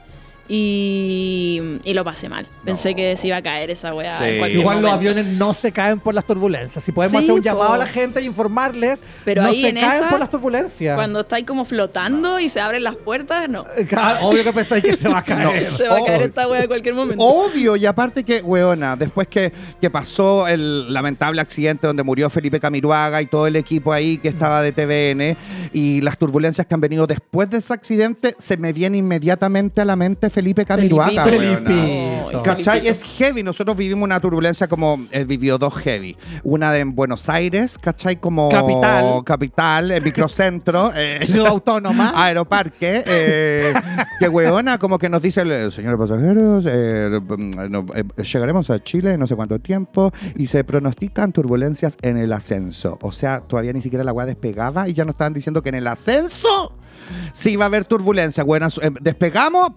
Speaker 4: Y, y lo pasé mal. Pensé
Speaker 3: No.
Speaker 4: que se iba a caer esa weá.
Speaker 3: Sí.
Speaker 4: en cualquier
Speaker 2: Igual los
Speaker 4: momento.
Speaker 2: aviones no se caen por las turbulencias. Si podemos
Speaker 4: Sí,
Speaker 2: hacer un
Speaker 4: po.
Speaker 2: llamado a la gente y informarles,
Speaker 4: Pero
Speaker 2: no
Speaker 4: ahí
Speaker 2: se
Speaker 4: en
Speaker 2: caen
Speaker 4: esa,
Speaker 2: por las turbulencias.
Speaker 4: Cuando estáis como flotando y se abren las puertas, no.
Speaker 2: Claro, Obvio que pensáis que se va a caer.
Speaker 4: Se va a
Speaker 3: Oh.
Speaker 4: caer esta wea en cualquier momento.
Speaker 3: Obvio, y aparte que, weona, después que, que pasó el lamentable accidente donde murió Felipe Camiruaga y todo el equipo ahí que estaba de TVN y las turbulencias que han venido después de ese accidente, se me viene inmediatamente a la mente Felipe Camiruaga,
Speaker 2: Felipito.
Speaker 3: weona.
Speaker 4: Ay,
Speaker 3: ¿Cachai?
Speaker 4: Felipito.
Speaker 3: Es heavy. Nosotros vivimos una turbulencia como eh, vivió dos heavy. Una de en Buenos Aires, ¿cachai? Como
Speaker 2: Capital.
Speaker 3: Capital, el microcentro. eh,
Speaker 2: Ciudad autónoma.
Speaker 3: Aeroparque, eh, que hueona, como que nos dice, el señores pasajeros, eh, mm, no, eh, llegaremos a Chile en no sé cuánto tiempo y se pronostican turbulencias en el ascenso. O sea, todavía ni siquiera la agua despegaba y ya nos estaban diciendo que en el ascenso sí iba a haber turbulencia. Hueona, su- eh, despegamos,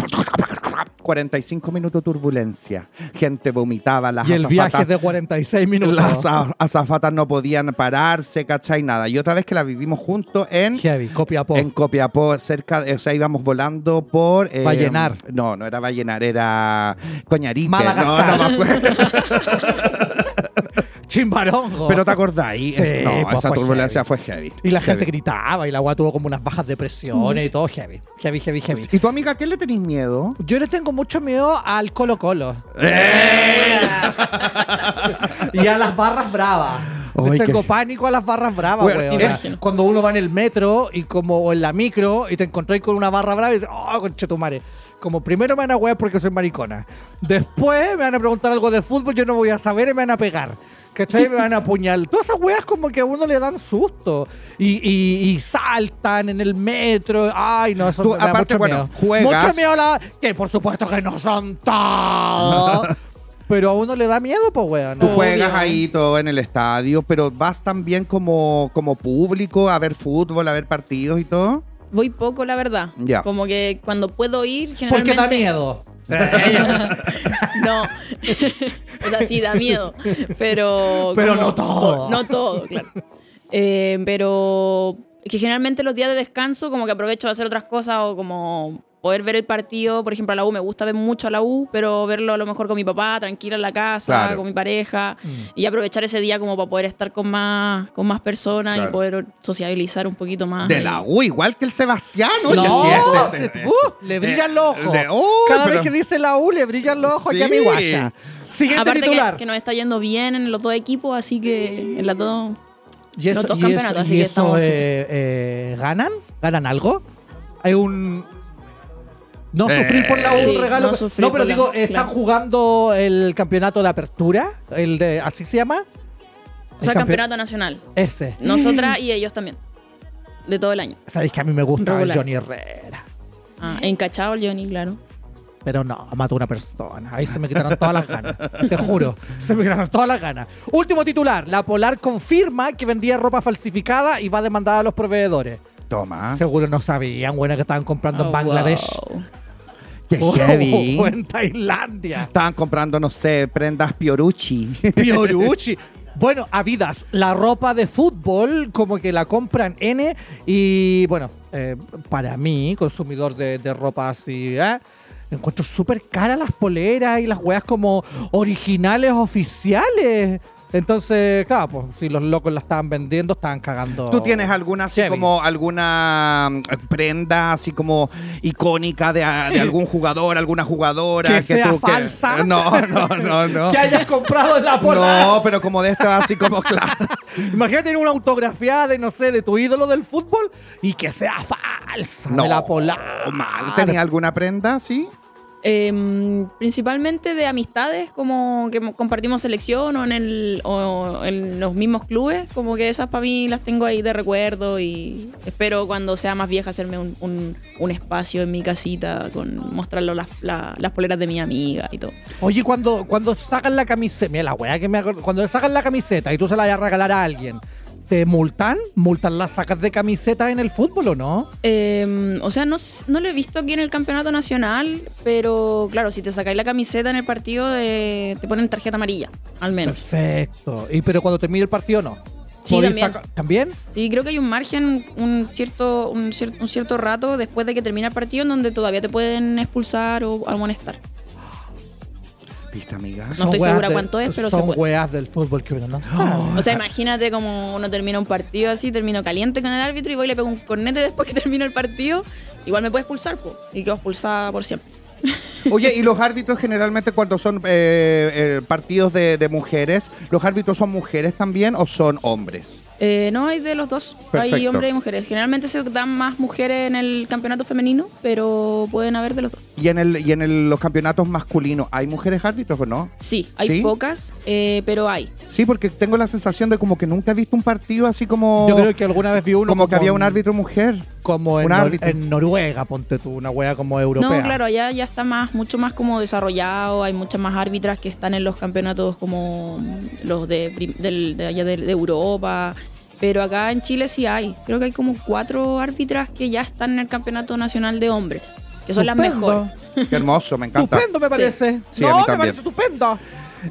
Speaker 3: 45 minutos turbulencia. Gente vomitaba, las
Speaker 2: Y el viaje
Speaker 3: azafatas-
Speaker 2: es de 46 minutos.
Speaker 3: las a- azafatas no podían pararse, ¿cachai? Nada. Y otra vez que la vivimos juntos en
Speaker 2: Heavy, copia
Speaker 3: en Copiapó, cerca, de- o sea, íbamos volando por. eh,
Speaker 2: Vallenar.
Speaker 3: No, no era Vallenar, era Coñarique. No,
Speaker 2: Madagascar.
Speaker 3: no me acuerdo.
Speaker 2: Chimbarongo.
Speaker 3: Pero te acordáis.
Speaker 2: Sí,
Speaker 3: Es- no,
Speaker 2: pues
Speaker 3: esa
Speaker 2: fue
Speaker 3: turbulencia fue
Speaker 2: heavy.
Speaker 3: heavy.
Speaker 2: y la gente
Speaker 3: Heavy.
Speaker 2: gritaba y la agua tuvo como unas bajas depresiones y todo heavy. Heavy, heavy, heavy.
Speaker 3: ¿Y tu amiga, ¿a qué le tenéis miedo?
Speaker 2: Yo le tengo mucho miedo al Colo Colo. y a las barras bravas.
Speaker 3: Ay,
Speaker 2: Les tengo
Speaker 3: qué-
Speaker 2: pánico a las barras bravas,
Speaker 3: Bueno,
Speaker 2: weón.
Speaker 4: es-
Speaker 2: Cuando uno va en el metro y como o en la micro y te encontráis con una barra brava y dices, oh, conchetumare. Como primero me van a wear porque soy maricona. Después me van a preguntar algo de fútbol, yo no voy a saber y me van a pegar. ¿Cachai? Me van a apuñalar. Todas esas weas como que a uno le dan susto. Y, y- y saltan en el metro. Ay, no, eso
Speaker 3: Tú,
Speaker 2: me da
Speaker 3: aparte,
Speaker 2: mucho
Speaker 3: bueno,
Speaker 2: miedo.
Speaker 3: juegas.
Speaker 2: Mucho miedo a la... Que por supuesto que no son todos. Pero a uno le da miedo, pues, weón.
Speaker 3: Tú
Speaker 4: Obvio.
Speaker 3: juegas ahí todo en el estadio, pero vas también como, como público a ver fútbol, a ver partidos y todo.
Speaker 4: Voy poco, la verdad.
Speaker 3: Ya.
Speaker 4: Como que cuando puedo ir,
Speaker 2: Porque
Speaker 4: generalmente.
Speaker 2: da miedo.
Speaker 4: no. o sea, sí, da miedo. Pero.
Speaker 2: Pero no todo.
Speaker 4: No todo, claro. Eh, pero. Que generalmente los días de descanso, como que aprovecho de hacer otras cosas o como poder ver el partido. Por ejemplo, a la U me gusta ver mucho a la U, pero verlo a lo mejor con mi papá, tranquila en la casa,
Speaker 3: Claro.
Speaker 4: con mi pareja. Y aprovechar ese día como para poder estar con más, con más personas
Speaker 3: Claro.
Speaker 4: y poder sociabilizar un poquito más.
Speaker 3: De la U, igual que el Sebastián. oye,
Speaker 2: No,
Speaker 3: si este-
Speaker 2: se- uh, le brillan los ojos.
Speaker 3: de- oh,
Speaker 2: Cada
Speaker 3: pero-
Speaker 2: vez que dice la U, le brillan los ojos ya
Speaker 3: Sí.
Speaker 2: mi guaya. Siguiente
Speaker 4: Aparte que,
Speaker 2: titular.
Speaker 4: que nos está yendo bien en los dos equipos, así que en las dos.
Speaker 2: y eso,
Speaker 4: los dos
Speaker 2: y
Speaker 4: campeonatos,
Speaker 2: eso-
Speaker 4: así
Speaker 2: y
Speaker 4: que
Speaker 2: eso,
Speaker 4: estamos
Speaker 2: eh,
Speaker 4: súper.
Speaker 2: eh, ¿Ganan? ¿Ganan algo? Hay un... No sufrir por la U,
Speaker 4: Sí,
Speaker 2: un regalo.
Speaker 4: no
Speaker 2: No,
Speaker 4: sufrir
Speaker 2: pero
Speaker 4: por la-
Speaker 2: digo, ¿están
Speaker 4: claro.
Speaker 2: jugando el campeonato de apertura? el de ¿Así se llama?
Speaker 4: O sea,
Speaker 2: El campe-
Speaker 4: campeonato nacional.
Speaker 2: Ese.
Speaker 4: Nosotras y ellos también. De todo el año.
Speaker 2: Sabéis que a mí me gusta el
Speaker 4: Regular.
Speaker 2: Johnny Herrera.
Speaker 4: Ah, encachado el Johnny, claro.
Speaker 2: Pero no, mató a una persona. Ahí se me quitaron todas las ganas. Te juro. Se me quitaron todas las ganas. Último titular. La Polar confirma que vendía ropa falsificada y va a demandar a los proveedores.
Speaker 3: Toma.
Speaker 2: Seguro no sabían, buena, que estaban comprando
Speaker 4: Oh,
Speaker 2: en Bangladesh.
Speaker 4: wow.
Speaker 3: Qué
Speaker 2: o-
Speaker 3: heavy.
Speaker 2: o en Tailandia.
Speaker 3: Estaban comprando, no sé, prendas Piorucci.
Speaker 2: Piorucci. Bueno, Adidas, la ropa de fútbol, como que la compran N. Y bueno, eh, para mí, consumidor de, de ropa así, ¿eh? encuentro súper cara las poleras y las weas como originales, oficiales. Entonces, claro, pues, si los locos la estaban vendiendo, estaban cagando.
Speaker 3: ¿Tú tienes alguna así
Speaker 2: Oh. Chevy.
Speaker 3: como alguna mm, prenda así como icónica de, a- de algún jugador, alguna jugadora
Speaker 2: Que sea
Speaker 3: tú-
Speaker 2: falsa.
Speaker 3: No, no, no, no.
Speaker 2: que hayas comprado en la pola.
Speaker 3: No, pero como de estas así como claro.
Speaker 2: Imagínate tener una autografiada de, no sé, de tu ídolo del fútbol y que sea falsa
Speaker 3: No,
Speaker 2: de la polar.
Speaker 3: mal. ¿Tenía alguna prenda así?
Speaker 4: Em, principalmente de amistades, como que mo- compartimos selección o en, el, o en los mismos clubes. Como que esas para mí las tengo ahí de recuerdo y espero cuando sea más vieja hacerme un, un- un espacio en mi casita con mostrarlo las, la- las poleras de mi amiga y todo.
Speaker 2: Oye, cuando, cuando sacan la camiseta, mira la weá que me acuerdo, cuando sacan la camiseta y tú se la vas a regalar a alguien, te multan, multan las sacas de camiseta en el fútbol o no?
Speaker 4: Eh, o sea, no, s- no lo he visto aquí en el campeonato nacional, pero claro, si te sacáis la camiseta en el partido, eh, te ponen tarjeta amarilla, al menos.
Speaker 2: Perfecto. Y pero cuando termine el partido no.
Speaker 4: Sí,
Speaker 2: Podéis
Speaker 4: también.
Speaker 2: saca- ¿También?
Speaker 4: Sí, creo que hay un margen, un cierto, un, cier- un cierto rato después de que termina el partido en donde todavía te pueden expulsar o amonestar.
Speaker 3: Pista, amiga.
Speaker 4: No estoy
Speaker 2: weas
Speaker 4: segura
Speaker 2: del-
Speaker 4: cuánto es, pero se
Speaker 2: son
Speaker 4: puede.
Speaker 2: weas del fútbol que uno no sabe.
Speaker 4: O sea, imagínate como uno termina un partido así, termino caliente con el árbitro y voy y le pego un cornete después que termina el partido. Igual me puede expulsar, po, y quedo expulsada por siempre.
Speaker 3: Oye, y los árbitros generalmente cuando son eh, eh, partidos de, de mujeres, ¿los árbitros son mujeres también o son hombres?
Speaker 4: Eh, no, hay de los dos. Hay
Speaker 3: Perfecto.
Speaker 4: hombres y mujeres. Generalmente se dan más mujeres en el campeonato femenino, pero pueden haber de los dos.
Speaker 3: Y en, el, y en el- los campeonatos masculinos, ¿hay mujeres árbitros o no?
Speaker 4: Sí, hay
Speaker 3: ¿Sí?
Speaker 4: pocas, eh, pero hay.
Speaker 3: Sí, porque tengo la sensación de como que nunca he visto un partido así como,
Speaker 2: Yo creo que alguna vez vi uno
Speaker 3: como, que había un árbitro mujer.
Speaker 2: como en,
Speaker 3: un
Speaker 2: Nor-
Speaker 3: árbitro.
Speaker 2: en Noruega, ponte tú, una wea como europea.
Speaker 4: No, claro, allá ya está más, mucho más como desarrollado, hay muchas más árbitras que están en los campeonatos como los de, prim- del- de allá de, de Europa, pero acá en Chile sí hay. Creo que hay como cuatro árbitras que ya están en el campeonato nacional de hombres, que son las
Speaker 2: Estupendo.
Speaker 4: mejores.
Speaker 3: Qué hermoso, me encanta.
Speaker 2: Estupendo me parece.
Speaker 3: Sí, a mí
Speaker 2: no, me
Speaker 3: también. Eh,
Speaker 2: parece estupendo.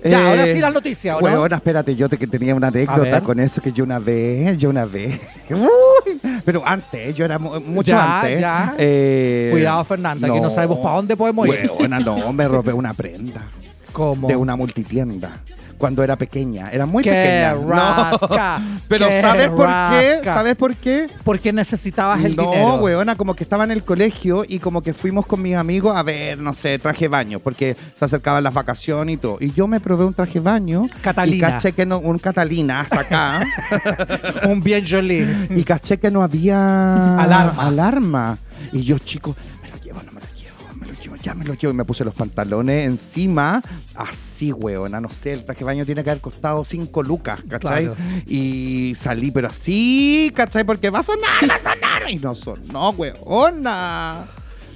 Speaker 2: Ya, ahora sí las noticias, ¿o no?
Speaker 3: Bueno, espérate, yo te, que tenía una anécdota
Speaker 2: ver.
Speaker 3: con eso que yo una vez, yo una vez. Uy, pero antes, yo era mu- mucho
Speaker 2: Ya,
Speaker 3: antes.
Speaker 2: ya.
Speaker 3: eh,
Speaker 2: Cuidado, Fernanda, que no sabemos pa' dónde podemos ir.
Speaker 3: Huevona, no, me robé una prenda
Speaker 2: Como
Speaker 3: de una multitienda cuando era pequeña. Era muy
Speaker 2: ¡Qué
Speaker 3: pequeña. No.
Speaker 2: rasca!
Speaker 3: Pero
Speaker 2: ¡Qué
Speaker 3: ¿sabes por qué?
Speaker 2: rasca!
Speaker 3: ¿Sabes por qué?
Speaker 2: porque necesitabas el
Speaker 3: no,
Speaker 2: dinero.
Speaker 3: weona, como que estaba en el colegio y como que fuimos con mis amigos a ver, no sé, traje de baño, porque se acercaban las vacaciones y todo. Y yo me probé un traje de baño.
Speaker 2: Catalina.
Speaker 3: Y caché que no, un Catalina hasta acá.
Speaker 2: Un bien jolín.
Speaker 3: y caché que no había
Speaker 2: Alarma.
Speaker 3: alarma. Y yo, chico, me lo llevo, no me lo llevo, me lo llevo, ya me lo llevo. Y me puse los pantalones encima, así, weona, no sé, el traje de baño tiene que haber costado cinco lucas, ¿cachai?
Speaker 2: Claro.
Speaker 3: Y salí, pero así, ¿cachai? Porque va a sonar, va a sonar. Y no sonó, weona.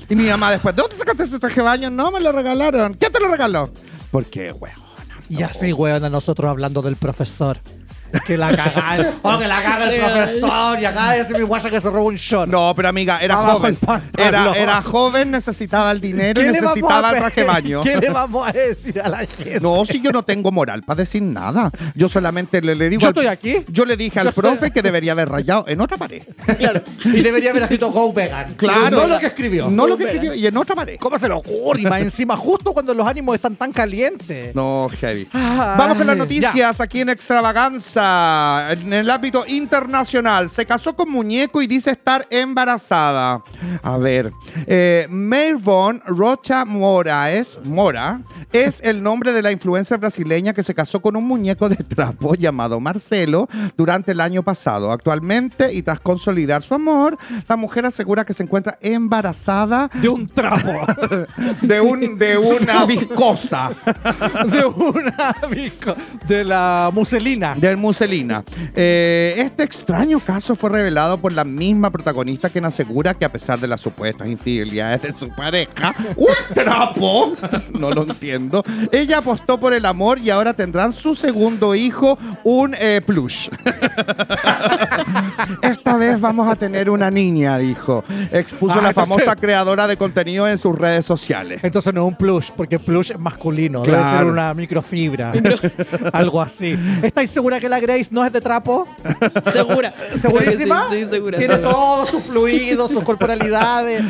Speaker 3: Y mi mamá después, ¿de dónde sacaste ese traje de baño? No, me lo regalaron. ¿Quién te lo regaló? Porque, weona.
Speaker 2: Y así, weón, a nosotros hablando del profesor. Que la caga. oh, que la caga el profesor. Y acaba de decir mi guasa que se robó un short.
Speaker 3: No, pero amiga, era
Speaker 2: Abajo el
Speaker 3: joven. Era,
Speaker 2: pantalón.
Speaker 3: era joven, necesitaba el dinero y
Speaker 2: le vamos
Speaker 3: necesitaba
Speaker 2: a
Speaker 3: el traje de
Speaker 2: pe-
Speaker 3: baño.
Speaker 2: ¿Qué le vamos a decir a la gente?
Speaker 3: No, si yo no tengo moral para decir nada. Yo solamente le, le digo.
Speaker 2: Yo
Speaker 3: al-
Speaker 2: estoy aquí.
Speaker 3: Yo le dije al profe que debería haber rayado en otra pared.
Speaker 2: Y debería haber escrito Go Vegan.
Speaker 3: Claro.
Speaker 2: No lo que escribió.
Speaker 3: No lo que escribió y en otra pared.
Speaker 2: ¿Cómo se le ocurre? Y más encima, justo cuando los ánimos están tan calientes.
Speaker 3: No, heavy.
Speaker 2: Ay,
Speaker 3: Vamos con las
Speaker 2: ya.
Speaker 3: noticias aquí en Extravaganza. En el ámbito internacional, se casó con muñeco y dice estar embarazada. A ver, eh, Mayvon Rocha Moraes, Mora es el nombre de la influencer brasileña que se casó con un muñeco de trapo llamado Marcelo durante el año pasado. Actualmente, y tras consolidar su amor, la mujer asegura que se encuentra embarazada
Speaker 2: De un trapo.
Speaker 3: de, un, de una viscosa.
Speaker 2: de una bico- de la muselina.
Speaker 3: Del Muselina. Eh, este extraño caso fue revelado por la misma protagonista quien asegura que a pesar de las supuestas infidelidades de su pareja, un trapo, no lo entiendo, ella apostó por el amor y ahora tendrán su segundo hijo, un eh, plush. Esta vez vamos a tener una niña, dijo. Expuso
Speaker 2: Ah,
Speaker 3: la
Speaker 2: entonces-
Speaker 3: famosa creadora de contenido en sus redes sociales.
Speaker 2: Entonces no es un plush, porque plush es masculino. Debe ser
Speaker 3: Claro.
Speaker 2: una microfibra. algo así. ¿Estáis segura que la Grace no es de trapo?
Speaker 4: Segura.
Speaker 2: ¿Segurísima?
Speaker 4: Sí, sí, segura.
Speaker 2: Tiene
Speaker 4: segura.
Speaker 2: todos sus fluidos, sus corporalidades,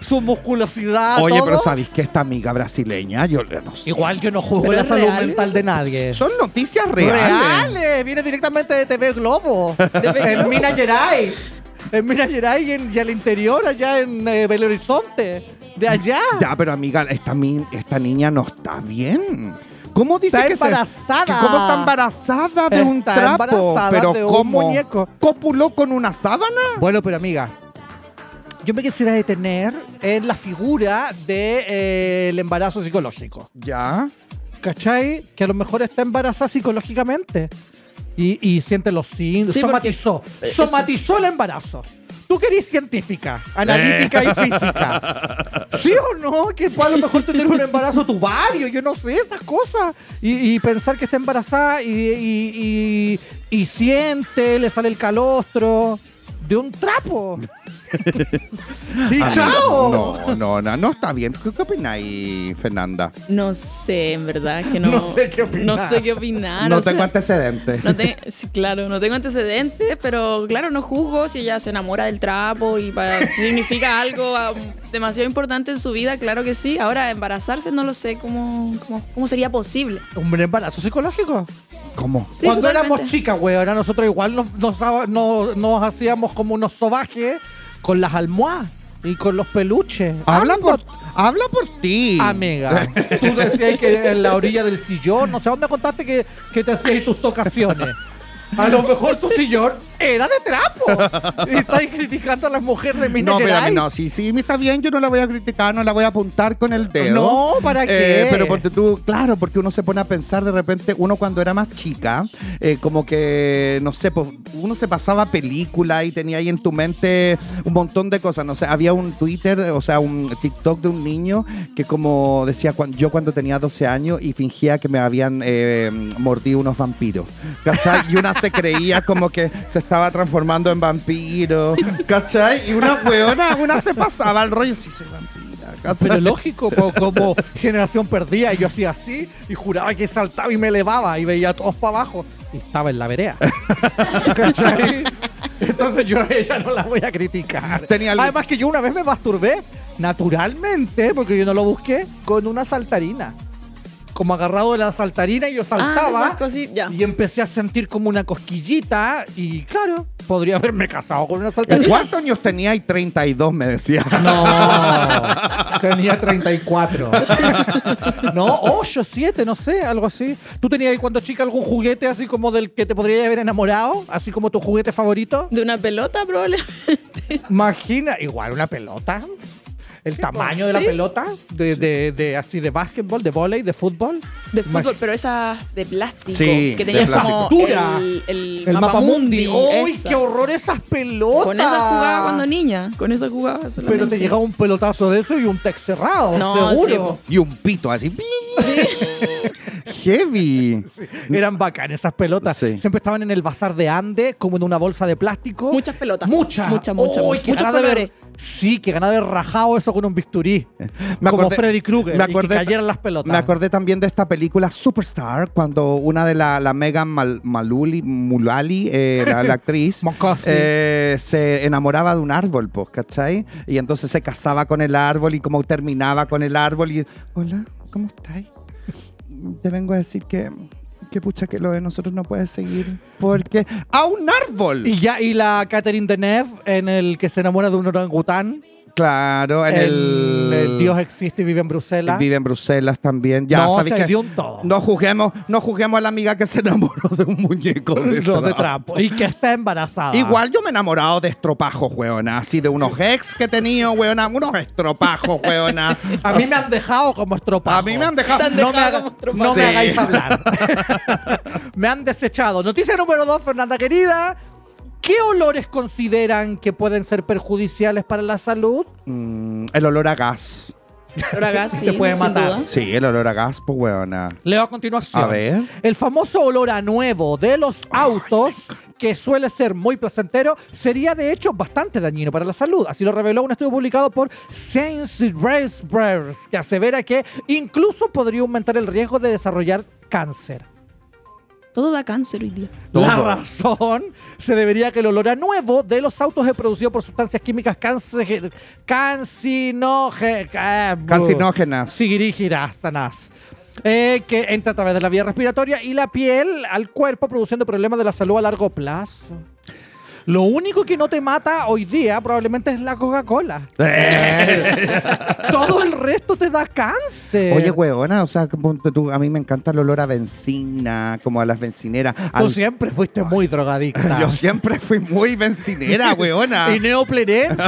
Speaker 2: su musculosidad.
Speaker 3: Oye,
Speaker 2: todo.
Speaker 3: pero ¿sabéis que esta amiga brasileña? Yo no sé.
Speaker 2: Igual yo no juzgo
Speaker 4: ¿Pero
Speaker 2: la
Speaker 4: es
Speaker 2: salud
Speaker 4: real
Speaker 2: mental
Speaker 4: eso?
Speaker 2: de nadie.
Speaker 3: Son noticias
Speaker 2: reales. Viene directamente de TV Globo. en Minas Gerais. En Minas Gerais y, en- y al interior, allá en eh, Belo Horizonte. De allá.
Speaker 3: Ya, pero amiga, esta, mi- esta niña no está bien. ¿Cómo dice
Speaker 2: Está
Speaker 3: que se-
Speaker 2: embarazada.
Speaker 3: que ¿Cómo está embarazada de un
Speaker 2: Está
Speaker 3: trapo?
Speaker 2: embarazada
Speaker 3: Pero
Speaker 2: de un
Speaker 3: ¿cómo?
Speaker 2: muñeco.
Speaker 3: ¿Copuló con una sábana?
Speaker 2: Bueno, pero amiga, yo me quisiera detener en la figura del de, eh, el embarazo psicológico.
Speaker 3: Ya.
Speaker 2: ¿Cachai? Que a lo mejor está embarazada psicológicamente. Y, y siente los signos.
Speaker 4: Sí, porque-
Speaker 2: somatizó.
Speaker 4: eh, eso.
Speaker 2: somatizó el embarazo. Tú querés científica, analítica y física. ¿Sí o no? Que tú a lo mejor tener un embarazo tubario, yo no sé, esas cosas. Y, y pensar que está embarazada y, y- y- y siente, le sale el calostro. De un trapo. y
Speaker 3: Ah,
Speaker 2: chao.
Speaker 3: No, no, no, no está bien. ¿Qué, qué opináis, Fernanda?
Speaker 4: No sé, en verdad, que no.
Speaker 2: No sé qué opinar.
Speaker 4: Ah, No sé qué opinar,
Speaker 3: no
Speaker 4: o sea,
Speaker 3: tengo antecedentes.
Speaker 4: no te- sí, claro, no tengo antecedentes, pero claro, no juzgo si ella se enamora del trapo y pa- significa algo ah, demasiado importante en su vida, claro que sí. Ahora, embarazarse no lo sé cómo, cómo, cómo sería posible.
Speaker 2: ¿Un embarazo psicológico?
Speaker 3: ¿Cómo?
Speaker 4: Sí,
Speaker 2: Cuando
Speaker 4: totalmente.
Speaker 2: éramos chicas, güey, ahora nosotros igual nos, nos, ha- no- nos hacíamos como unos sobajes con las almohadas y con los peluches.
Speaker 3: Habla
Speaker 2: Ando-
Speaker 3: por, habla por ti.
Speaker 2: Amiga, tú decías que en la orilla del sillón, no sé dónde contaste que, que te hacías tus tocaciones. A lo mejor tu sillón era de trapo. Y estás criticando a las mujeres de mi
Speaker 3: No, pero a mí no, sí, sí, me está bien, yo no la voy a criticar, no la voy a apuntar con el dedo.
Speaker 2: No, ¿para qué?
Speaker 3: Eh, pero ponte tú, claro, porque uno se pone a pensar de repente, uno cuando era más chica, eh, como que, no sé, pues, uno se pasaba película y tenía ahí en tu mente un montón de cosas, no sé, había un Twitter, o sea, un TikTok de un niño que como decía, cuan- yo cuando tenía 12 años y fingía que me habían eh, mordido unos vampiros, ¿cachai? Y una se creía como que se estaba transformando en vampiro, ¿cachai? Y una weona, una se pasaba al rollo, sí, soy vampira, ¿cachai?
Speaker 2: Pero lógico, po, como generación perdida, y yo hacía así y juraba que saltaba y me elevaba y veía a todos para abajo y estaba en la vereda. ¿Cachai? Entonces yo a ella no la voy a criticar.
Speaker 3: Tenía algo-
Speaker 2: Además que yo una vez me masturbé naturalmente, porque yo no lo busqué, con una saltarina. Como agarrado de la saltarina y yo
Speaker 4: Ah,
Speaker 2: saltaba
Speaker 4: esas cosi- ya.
Speaker 2: y empecé a sentir como una cosquillita y claro, podría haberme casado con una
Speaker 3: ¿En
Speaker 2: saltarina.
Speaker 3: ¿Cuántos años tenía? Y 32, me decía.
Speaker 2: No, tenía 34. No, 8, 7, no sé, algo así. ¿Tú tenías ahí cuando chica algún juguete así como del que te podrías haber enamorado? Así como tu juguete favorito.
Speaker 4: De una pelota, probablemente.
Speaker 2: Imagina, igual una pelota. El tamaño de la
Speaker 4: Sí.
Speaker 2: pelota, de, de- de- así de básquetbol, de volei, de fútbol.
Speaker 4: De fútbol,
Speaker 2: Imagina-
Speaker 4: pero esas de plástico.
Speaker 3: Sí,
Speaker 4: que
Speaker 3: de
Speaker 4: tenías como
Speaker 2: plástico. Dura.
Speaker 4: el, el,
Speaker 2: El mapamundi. ¡Uy,
Speaker 4: esa.
Speaker 2: qué horror esas pelotas!
Speaker 4: Con esas jugaba cuando niña. Con esas jugaba solamente.
Speaker 2: Pero te llegaba un pelotazo de eso y un tech cerrado,
Speaker 4: No,
Speaker 2: Oh,
Speaker 4: pues,
Speaker 2: seguro.
Speaker 3: Y un pito así. Heavy.
Speaker 2: Eran bacanas esas pelotas.
Speaker 3: Sí.
Speaker 2: Siempre estaban en el bazar de Ande, como en una bolsa de plástico.
Speaker 4: Muchas pelotas.
Speaker 2: Muchas.
Speaker 4: Muchas, muchas,
Speaker 2: ¡Uy,
Speaker 4: muchas.
Speaker 2: qué
Speaker 4: Muchos
Speaker 2: ganas de
Speaker 4: colores.
Speaker 2: haber- Sí, que ganaba de rajado eso con un bisturí. como Freddy Krueger. y que cayeran las pelotas.
Speaker 3: Me acordé también de esta película Superstar, cuando una de la, la Megan Mal- Maluli, Mulali, eh, la, la actriz,
Speaker 2: Mocosi.
Speaker 3: eh, se enamoraba de un árbol, pues, ¿cachai? Y entonces se casaba con el árbol y como terminaba con el árbol y, hola, ¿cómo estáis? Te vengo a decir que, que pucha que lo de nosotros no puede seguir porque a un árbol.
Speaker 2: Y ya, y la Catherine Deneuve en el que se enamora de un orangután.
Speaker 3: Claro, en,
Speaker 2: en
Speaker 3: el,
Speaker 2: el Dios existe y vive en Bruselas.
Speaker 3: Vive en Bruselas también. Ya,
Speaker 2: No,
Speaker 3: ¿sabéis
Speaker 2: se
Speaker 3: qué?
Speaker 2: dio un todo.
Speaker 3: No juzguemos, no juzguemos a la amiga que se enamoró de un muñeco. de
Speaker 2: No, de
Speaker 3: trapo.
Speaker 2: trapo. Y que está embarazada.
Speaker 3: Igual yo me he enamorado de estropajos, weona. Así de unos ex que he tenido, weona. Unos estropajos, weona.
Speaker 2: A mí me han dejado como estropajo.
Speaker 3: A mí me han dejado.
Speaker 4: Tan-
Speaker 2: no me,
Speaker 4: dejado
Speaker 2: haga-
Speaker 4: como estropajo.
Speaker 2: no me
Speaker 3: Sí.
Speaker 2: hagáis hablar. me han desechado. Noticia número 2, Fernanda querida. ¿Qué olores consideran que pueden ser perjudiciales para la salud?
Speaker 3: Mm, el olor a gas.
Speaker 4: Ahora gas, sí,
Speaker 2: Te puede
Speaker 4: sin
Speaker 2: matar.
Speaker 4: duda.
Speaker 3: Sí, el olor a gas, pues, weona.
Speaker 2: Leo a continuación.
Speaker 3: A ver.
Speaker 2: El famoso olor a nuevo de los autos, que suele ser muy placentero, sería de hecho bastante dañino para la salud. Así lo reveló un estudio publicado por Science Racebrers, que asevera que incluso podría aumentar el riesgo de desarrollar cáncer.
Speaker 4: Todo da cáncer hoy día.
Speaker 3: Todo.
Speaker 2: La razón se debería que el olor a nuevo de los autos es producido por sustancias químicas cancerígenas. eh,
Speaker 3: Carcinógenas.
Speaker 2: Sigirígirasanas. Eh, que entra a través de la vía respiratoria y la piel al cuerpo produciendo problemas de la salud a largo plazo. Lo único que no te mata hoy día probablemente es la Coca-Cola. Todo el resto te da cáncer.
Speaker 3: Eh. Oye, weona, o sea, ponte tú, a mí me encanta el olor a benzina, como a las bencineras.
Speaker 2: Tú
Speaker 3: Al-
Speaker 2: siempre fuiste muy drogadicta.
Speaker 3: Yo siempre fui muy bencinera, weona.
Speaker 2: Y neoplerense.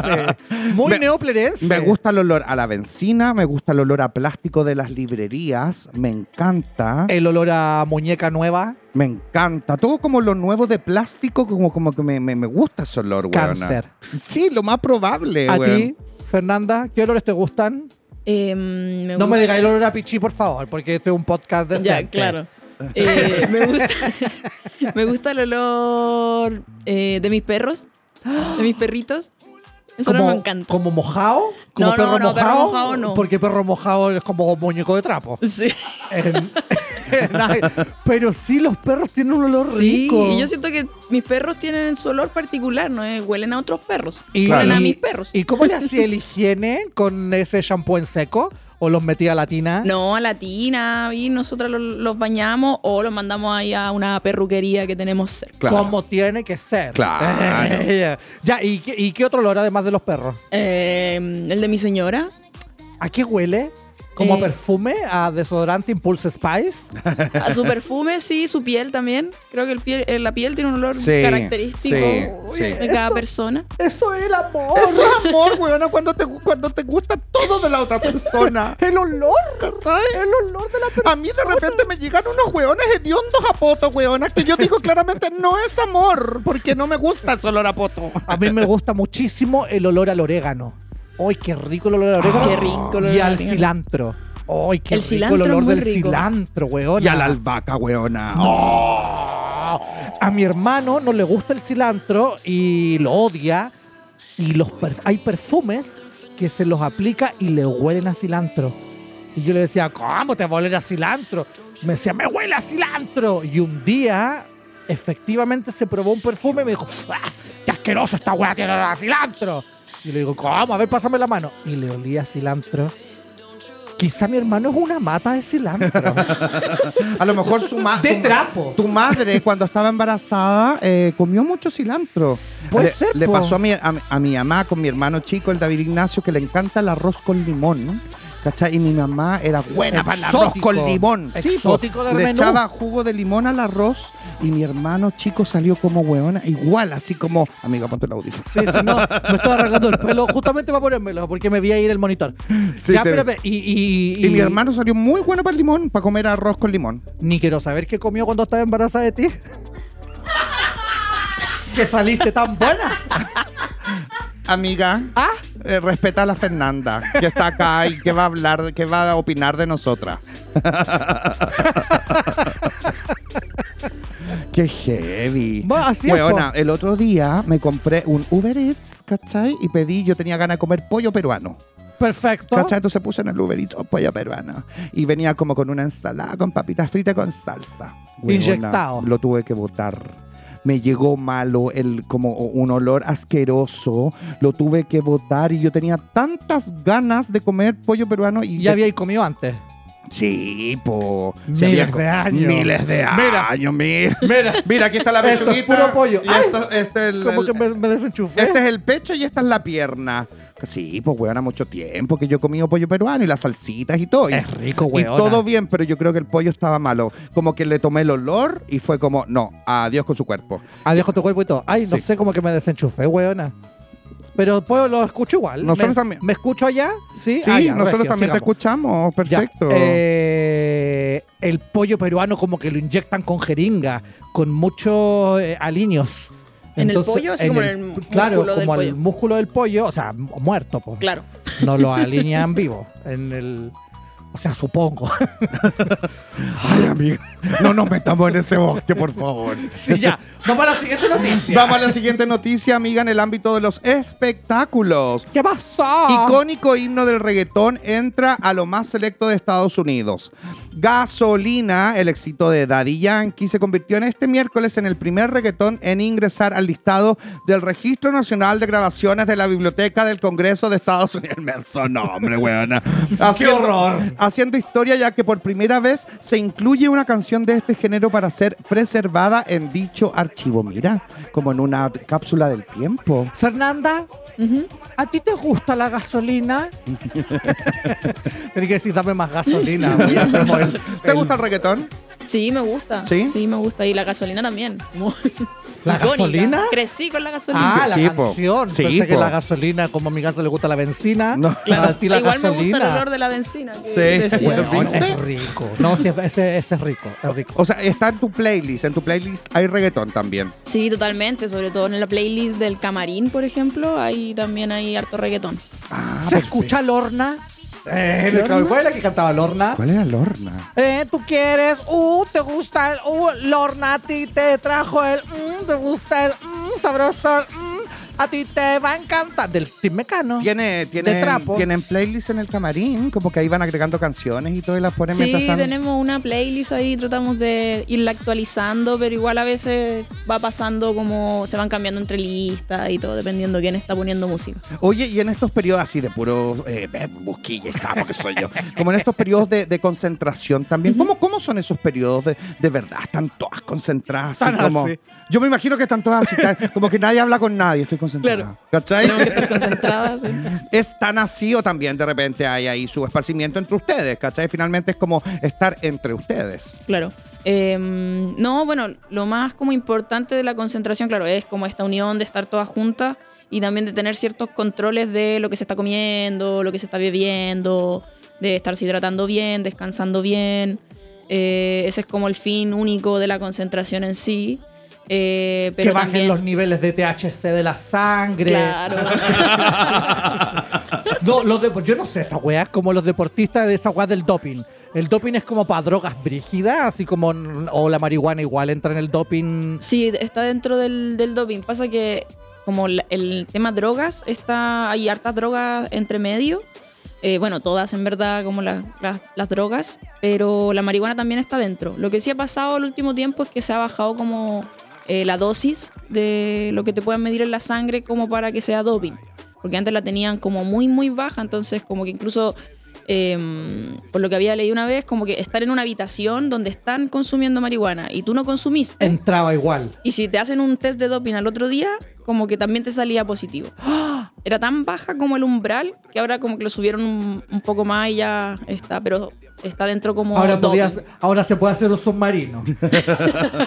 Speaker 2: Muy
Speaker 3: Me-
Speaker 2: neoplerense.
Speaker 3: Me gusta el olor a la benzina, me gusta
Speaker 2: Eh.
Speaker 3: el olor a plástico de las librerías, me encanta.
Speaker 2: El olor a muñeca nueva.
Speaker 3: Me encanta. Todo como lo nuevo de plástico, como, como que me, me, me gusta ese olor, weona.
Speaker 2: Cáncer.
Speaker 3: Sí, lo más probable,
Speaker 2: A
Speaker 3: weón.
Speaker 2: ti, Fernanda, ¿qué olores te gustan?
Speaker 4: Eh, me
Speaker 2: No me
Speaker 4: gusta-
Speaker 2: digas el olor a pichí, por favor, porque este es un podcast de.
Speaker 4: Ya, claro. Eh, me, gusta, me gusta el olor eh, de mis perros, de mis perritos. Eso no me encanta.
Speaker 2: ¿Como mojado? ¿Como
Speaker 4: No, no,
Speaker 2: perro
Speaker 4: no,
Speaker 2: mojado?
Speaker 4: perro mojado no.
Speaker 2: Porque perro mojado es como muñeco de trapo.
Speaker 4: Sí.
Speaker 2: En- Pero sí, los perros tienen un olor
Speaker 4: Sí,
Speaker 2: rico.
Speaker 4: y yo siento que mis perros tienen su olor particular, ¿no? Eh, huelen a otros perros.
Speaker 2: Y-
Speaker 4: Huelen a
Speaker 2: y-
Speaker 4: mis perros.
Speaker 2: ¿Y cómo le hacía el higiene con ese shampoo en seco? ¿O los metía a la tina?
Speaker 4: No, a la tina, y nosotros los, los bañamos o los mandamos ahí a una perruquería que tenemos cerca.
Speaker 3: Claro.
Speaker 2: Como tiene que ser.
Speaker 3: Claro.
Speaker 2: ya, ¿y qué, y qué otro olor además de los perros?
Speaker 4: Eh, el de mi señora.
Speaker 2: ¿A qué huele? ¿Como
Speaker 4: Eh.
Speaker 2: perfume? ¿A desodorante Impulse Spice?
Speaker 4: A su perfume, sí, su piel también. Creo que el piel, eh, la piel tiene un olor
Speaker 3: Sí,
Speaker 4: característico
Speaker 3: sí, sí.
Speaker 4: de cada
Speaker 2: Eso-
Speaker 4: persona.
Speaker 2: Eso es el amor.
Speaker 3: Eso es amor, weona, cuando te, cuando te gusta todo de la otra persona.
Speaker 2: El olor.
Speaker 3: ¿Sabes?
Speaker 2: El olor de la persona.
Speaker 3: A mí de repente me llegan unos hueones hediondos a poto, hueonas, que yo digo claramente no es amor, porque no me gusta el olor a poto.
Speaker 2: A mí me gusta muchísimo el olor al orégano. ¡Ay, qué rico el olor al orégano!
Speaker 4: Ah, Qué rico el olor
Speaker 2: Y
Speaker 4: al
Speaker 2: al
Speaker 4: orégano.
Speaker 2: cilantro. ¡Ay, qué
Speaker 4: El
Speaker 2: rico
Speaker 4: cilantro
Speaker 2: el
Speaker 4: es
Speaker 2: olor
Speaker 4: muy
Speaker 2: del
Speaker 4: rico.
Speaker 2: cilantro, weón!
Speaker 3: Y a la albahaca, hueona.
Speaker 2: A mi hermano no le gusta el cilantro y lo odia. Y los per- hay perfumes que se los aplica y le huelen a cilantro. Y yo le decía, ¿cómo te va a oler a cilantro? Me decía, me huele a cilantro. Y un día, efectivamente, se probó un perfume y me dijo, "Ah, ¡qué asqueroso esta weá tiene olor a cilantro! Y le digo, ¿cómo? A ver, pásame la mano. Y le olía a cilantro. Quizá mi hermano es una mata de cilantro.
Speaker 3: A lo mejor su ma-
Speaker 2: De
Speaker 3: tu-
Speaker 2: trapo.
Speaker 3: Tu madre, cuando estaba embarazada, eh, comió mucho cilantro.
Speaker 2: Puede
Speaker 3: le,
Speaker 2: ser,
Speaker 3: le
Speaker 2: po.
Speaker 3: pasó a mi, a, mi- a mi mamá con mi hermano chico, el David Ignacio, que le encanta el arroz con limón. ¿no? ¿Cachai? Y mi mamá era buena para el arroz
Speaker 2: Exótico.
Speaker 3: con limón. Sí, po.
Speaker 2: Exótico del
Speaker 3: le
Speaker 2: menú.
Speaker 3: echaba jugo de limón al arroz y mi hermano chico salió como hueona, igual, así como, amiga, ponte el audífono.
Speaker 2: Sí, sí, no, me estaba arreglando el pelo justamente para ponérmelo, porque me vi a ir el monitor.
Speaker 3: Sí,
Speaker 2: ya,
Speaker 3: te-
Speaker 2: espérame, y, y,
Speaker 3: Y, mi hermano salió muy bueno para el limón, para comer arroz con limón.
Speaker 2: Ni quiero saber qué comió cuando estaba embarazada de ti. que saliste tan buena.
Speaker 3: Amiga,
Speaker 2: Ah,
Speaker 3: eh, respeta a la Fernanda, que está acá y que va a hablar, que va a opinar de nosotras. Qué heavy.
Speaker 2: Va, así es,
Speaker 3: Weona, el otro día me compré un Uber Eats, ¿cachai? Y pedí, yo tenía ganas de comer pollo peruano.
Speaker 2: perfecto.
Speaker 3: ¿Cachai? Entonces puse en el Uber Eats oh, pollo peruano. Y venía como con una ensalada, con papitas fritas, con salsa. Huevona,
Speaker 2: Inyectado.
Speaker 3: Lo tuve que botar. Me llegó malo, el, como un olor asqueroso. Lo tuve que botar y yo tenía tantas ganas de comer pollo peruano. Y
Speaker 2: Ya había comido antes.
Speaker 3: Sí, po.
Speaker 2: Miles
Speaker 3: Se había co-
Speaker 2: de años.
Speaker 3: Miles de
Speaker 2: Mira.
Speaker 3: años. Mira. Mira. aquí está la
Speaker 2: Esto es
Speaker 3: pechuguita.
Speaker 2: puro pollo.
Speaker 3: y
Speaker 2: Ay.
Speaker 3: esto- este es el-
Speaker 2: Como
Speaker 3: el-
Speaker 2: que me, me desenchufé.
Speaker 3: este es el pecho y esta es la pierna. Sí, pues weona, mucho tiempo que yo he comido pollo peruano y las salsitas y todo. Y-
Speaker 2: Es rico,
Speaker 3: Y
Speaker 2: weona.
Speaker 3: todo bien, pero yo creo que el pollo estaba malo. Como que le tomé el olor y fue como, no, adiós con su cuerpo.
Speaker 2: Adiós con Ah, tu cuerpo y todo. Ay, no
Speaker 3: Sí.
Speaker 2: sé cómo que me desenchufé, weona. Pero pues lo escucho igual.
Speaker 3: Nosotros
Speaker 2: Me-
Speaker 3: también.
Speaker 2: ¿Me escucho allá? Sí,
Speaker 3: Sí,
Speaker 2: Ah, ya,
Speaker 3: nosotros
Speaker 2: regio,
Speaker 3: también te
Speaker 2: sigamos.
Speaker 3: escuchamos,
Speaker 2: Ya,
Speaker 3: perfecto.
Speaker 2: eh, el pollo peruano como que lo inyectan con jeringa, con muchos eh, aliños.
Speaker 4: ¿En el pollo? Así como en el músculo
Speaker 2: Claro,
Speaker 4: del
Speaker 2: como al
Speaker 4: pollo.
Speaker 2: músculo del pollo, o sea, mu- muerto, po.
Speaker 4: Claro.
Speaker 2: no lo alinean vivo. En el, o sea, supongo.
Speaker 3: Ay, amiga, no nos metamos en ese bosque, por favor.
Speaker 2: sí, ya. Vamos a la siguiente noticia.
Speaker 3: Vamos a la siguiente noticia, amiga, en el ámbito de los espectáculos.
Speaker 2: ¿Qué pasó?
Speaker 3: Icónico himno del reggaetón entra a lo más selecto de Estados Unidos. Gasolina, el éxito de Daddy Yankee, se convirtió en este miércoles en el primer reggaetón en ingresar al listado del Registro Nacional de Grabaciones de la Biblioteca del Congreso de Estados Unidos. El menso nombre, weona.
Speaker 2: horror!
Speaker 3: Haciendo historia ya que por primera vez se incluye una canción de este género para ser preservada en dicho archivo. Mira, como en una cápsula del tiempo.
Speaker 2: Fernanda, ¿a ti te gusta la gasolina? Tienes que decir, dame más gasolina. voy a hacer como el-
Speaker 3: ¿Te gusta el reggaetón?
Speaker 4: Sí, me gusta.
Speaker 3: ¿Sí?
Speaker 4: me gusta. Y la gasolina también. Muy
Speaker 2: ¿La
Speaker 4: icónica.
Speaker 2: gasolina?
Speaker 4: Crecí con la gasolina.
Speaker 2: Ah, la
Speaker 3: Sí, po.
Speaker 2: canción.
Speaker 3: Sí,
Speaker 2: Pensé que
Speaker 3: po.
Speaker 2: la gasolina, como a mi casa le gusta la benzina,
Speaker 3: No.
Speaker 2: a ti la
Speaker 4: Igual me gusta
Speaker 2: gasolina.
Speaker 4: el olor de la benzina. que
Speaker 3: Sí,
Speaker 4: decía.
Speaker 3: bueno, sí.
Speaker 2: Weón, es rico. No, sí, ese, ese es rico, es rico.
Speaker 3: O sea, está en tu playlist. En tu playlist hay reggaetón también.
Speaker 4: Sí, totalmente. Sobre todo en la playlist del camarín, por ejemplo, ahí también hay harto reggaetón.
Speaker 2: ¿Se escucha Lorna? Ah, pues Eh,
Speaker 3: ¿Lorna?
Speaker 2: ¿Cuál era que cantaba Lorna?
Speaker 3: ¿Cuál era Lorna?
Speaker 2: Eh, tú quieres, uh, te gusta el, uh, Lorna, a ti te trajo el, mm, te gusta el, mm, sabroso, el, mm, a ti te va a encantar. Del Team Mecano.
Speaker 3: Tiene, tiene,
Speaker 2: trapo.
Speaker 3: tienen playlist en el camarín, como que ahí van agregando canciones y todo y las ponen
Speaker 4: Sí,
Speaker 3: mientras están-
Speaker 4: tenemos una playlist ahí, tratamos de irla actualizando, pero igual a veces va pasando como se van cambiando entre listas y todo, dependiendo quién está poniendo música.
Speaker 3: Oye, y en estos periodos así de puro eh, eh, busquilla y sapo que soy yo, como en estos periodos de, de concentración también, ¿cómo, ¿cómo son esos periodos de, de verdad? ¿Están todas concentradas? así
Speaker 2: Están
Speaker 3: como,
Speaker 2: así.
Speaker 3: Yo me imagino que están todas así, tan- como que nadie habla con nadie, estoy concentrada.
Speaker 4: Claro. Tenemos que
Speaker 3: ¿Cachai?
Speaker 4: estar concentradas. sí.
Speaker 3: ¿Es tan así o también de repente hay ahí su esparcimiento entre ustedes? ¿Cachai? Finalmente es como estar entre ustedes.
Speaker 4: Claro. Eh, no, bueno, lo más como importante de la concentración, claro, es como esta unión de estar todas juntas y también de tener ciertos controles de lo que se está comiendo, lo que se está bebiendo, de estarse hidratando bien, descansando bien. Eh, ese es como el fin único de la concentración en sí. Eh, pero
Speaker 2: que bajen
Speaker 4: también-
Speaker 2: los niveles de THC de la sangre.
Speaker 4: Claro.
Speaker 2: No, los depo- yo no sé, esta weá es como los deportistas de esa weá del doping. El doping es como para drogas brígidas, así como. n- O la marihuana igual entra en el doping.
Speaker 4: Sí, está dentro del, del doping. Pasa que como la- el tema drogas, está, hay hartas drogas entre medio. Eh, bueno, todas en verdad, como la- las- las drogas, pero la marihuana también está dentro. Lo que sí ha pasado el último tiempo es que se ha bajado como eh, la dosis de lo que te pueden medir en la sangre como para que sea doping. Porque antes la tenían como muy, muy baja, entonces como que incluso em, por lo que había leído una vez, como que estar en una habitación donde están consumiendo marihuana y tú no consumiste,
Speaker 2: Entraba igual.
Speaker 4: y si te hacen un test de doping al otro día, como que también te salía positivo. ¡Ah! Era tan baja como el umbral que ahora como que lo subieron un, un poco más y ya está, pero está dentro como
Speaker 2: Ahora,
Speaker 4: doping.
Speaker 2: podías- ahora se puede hacer un submarino.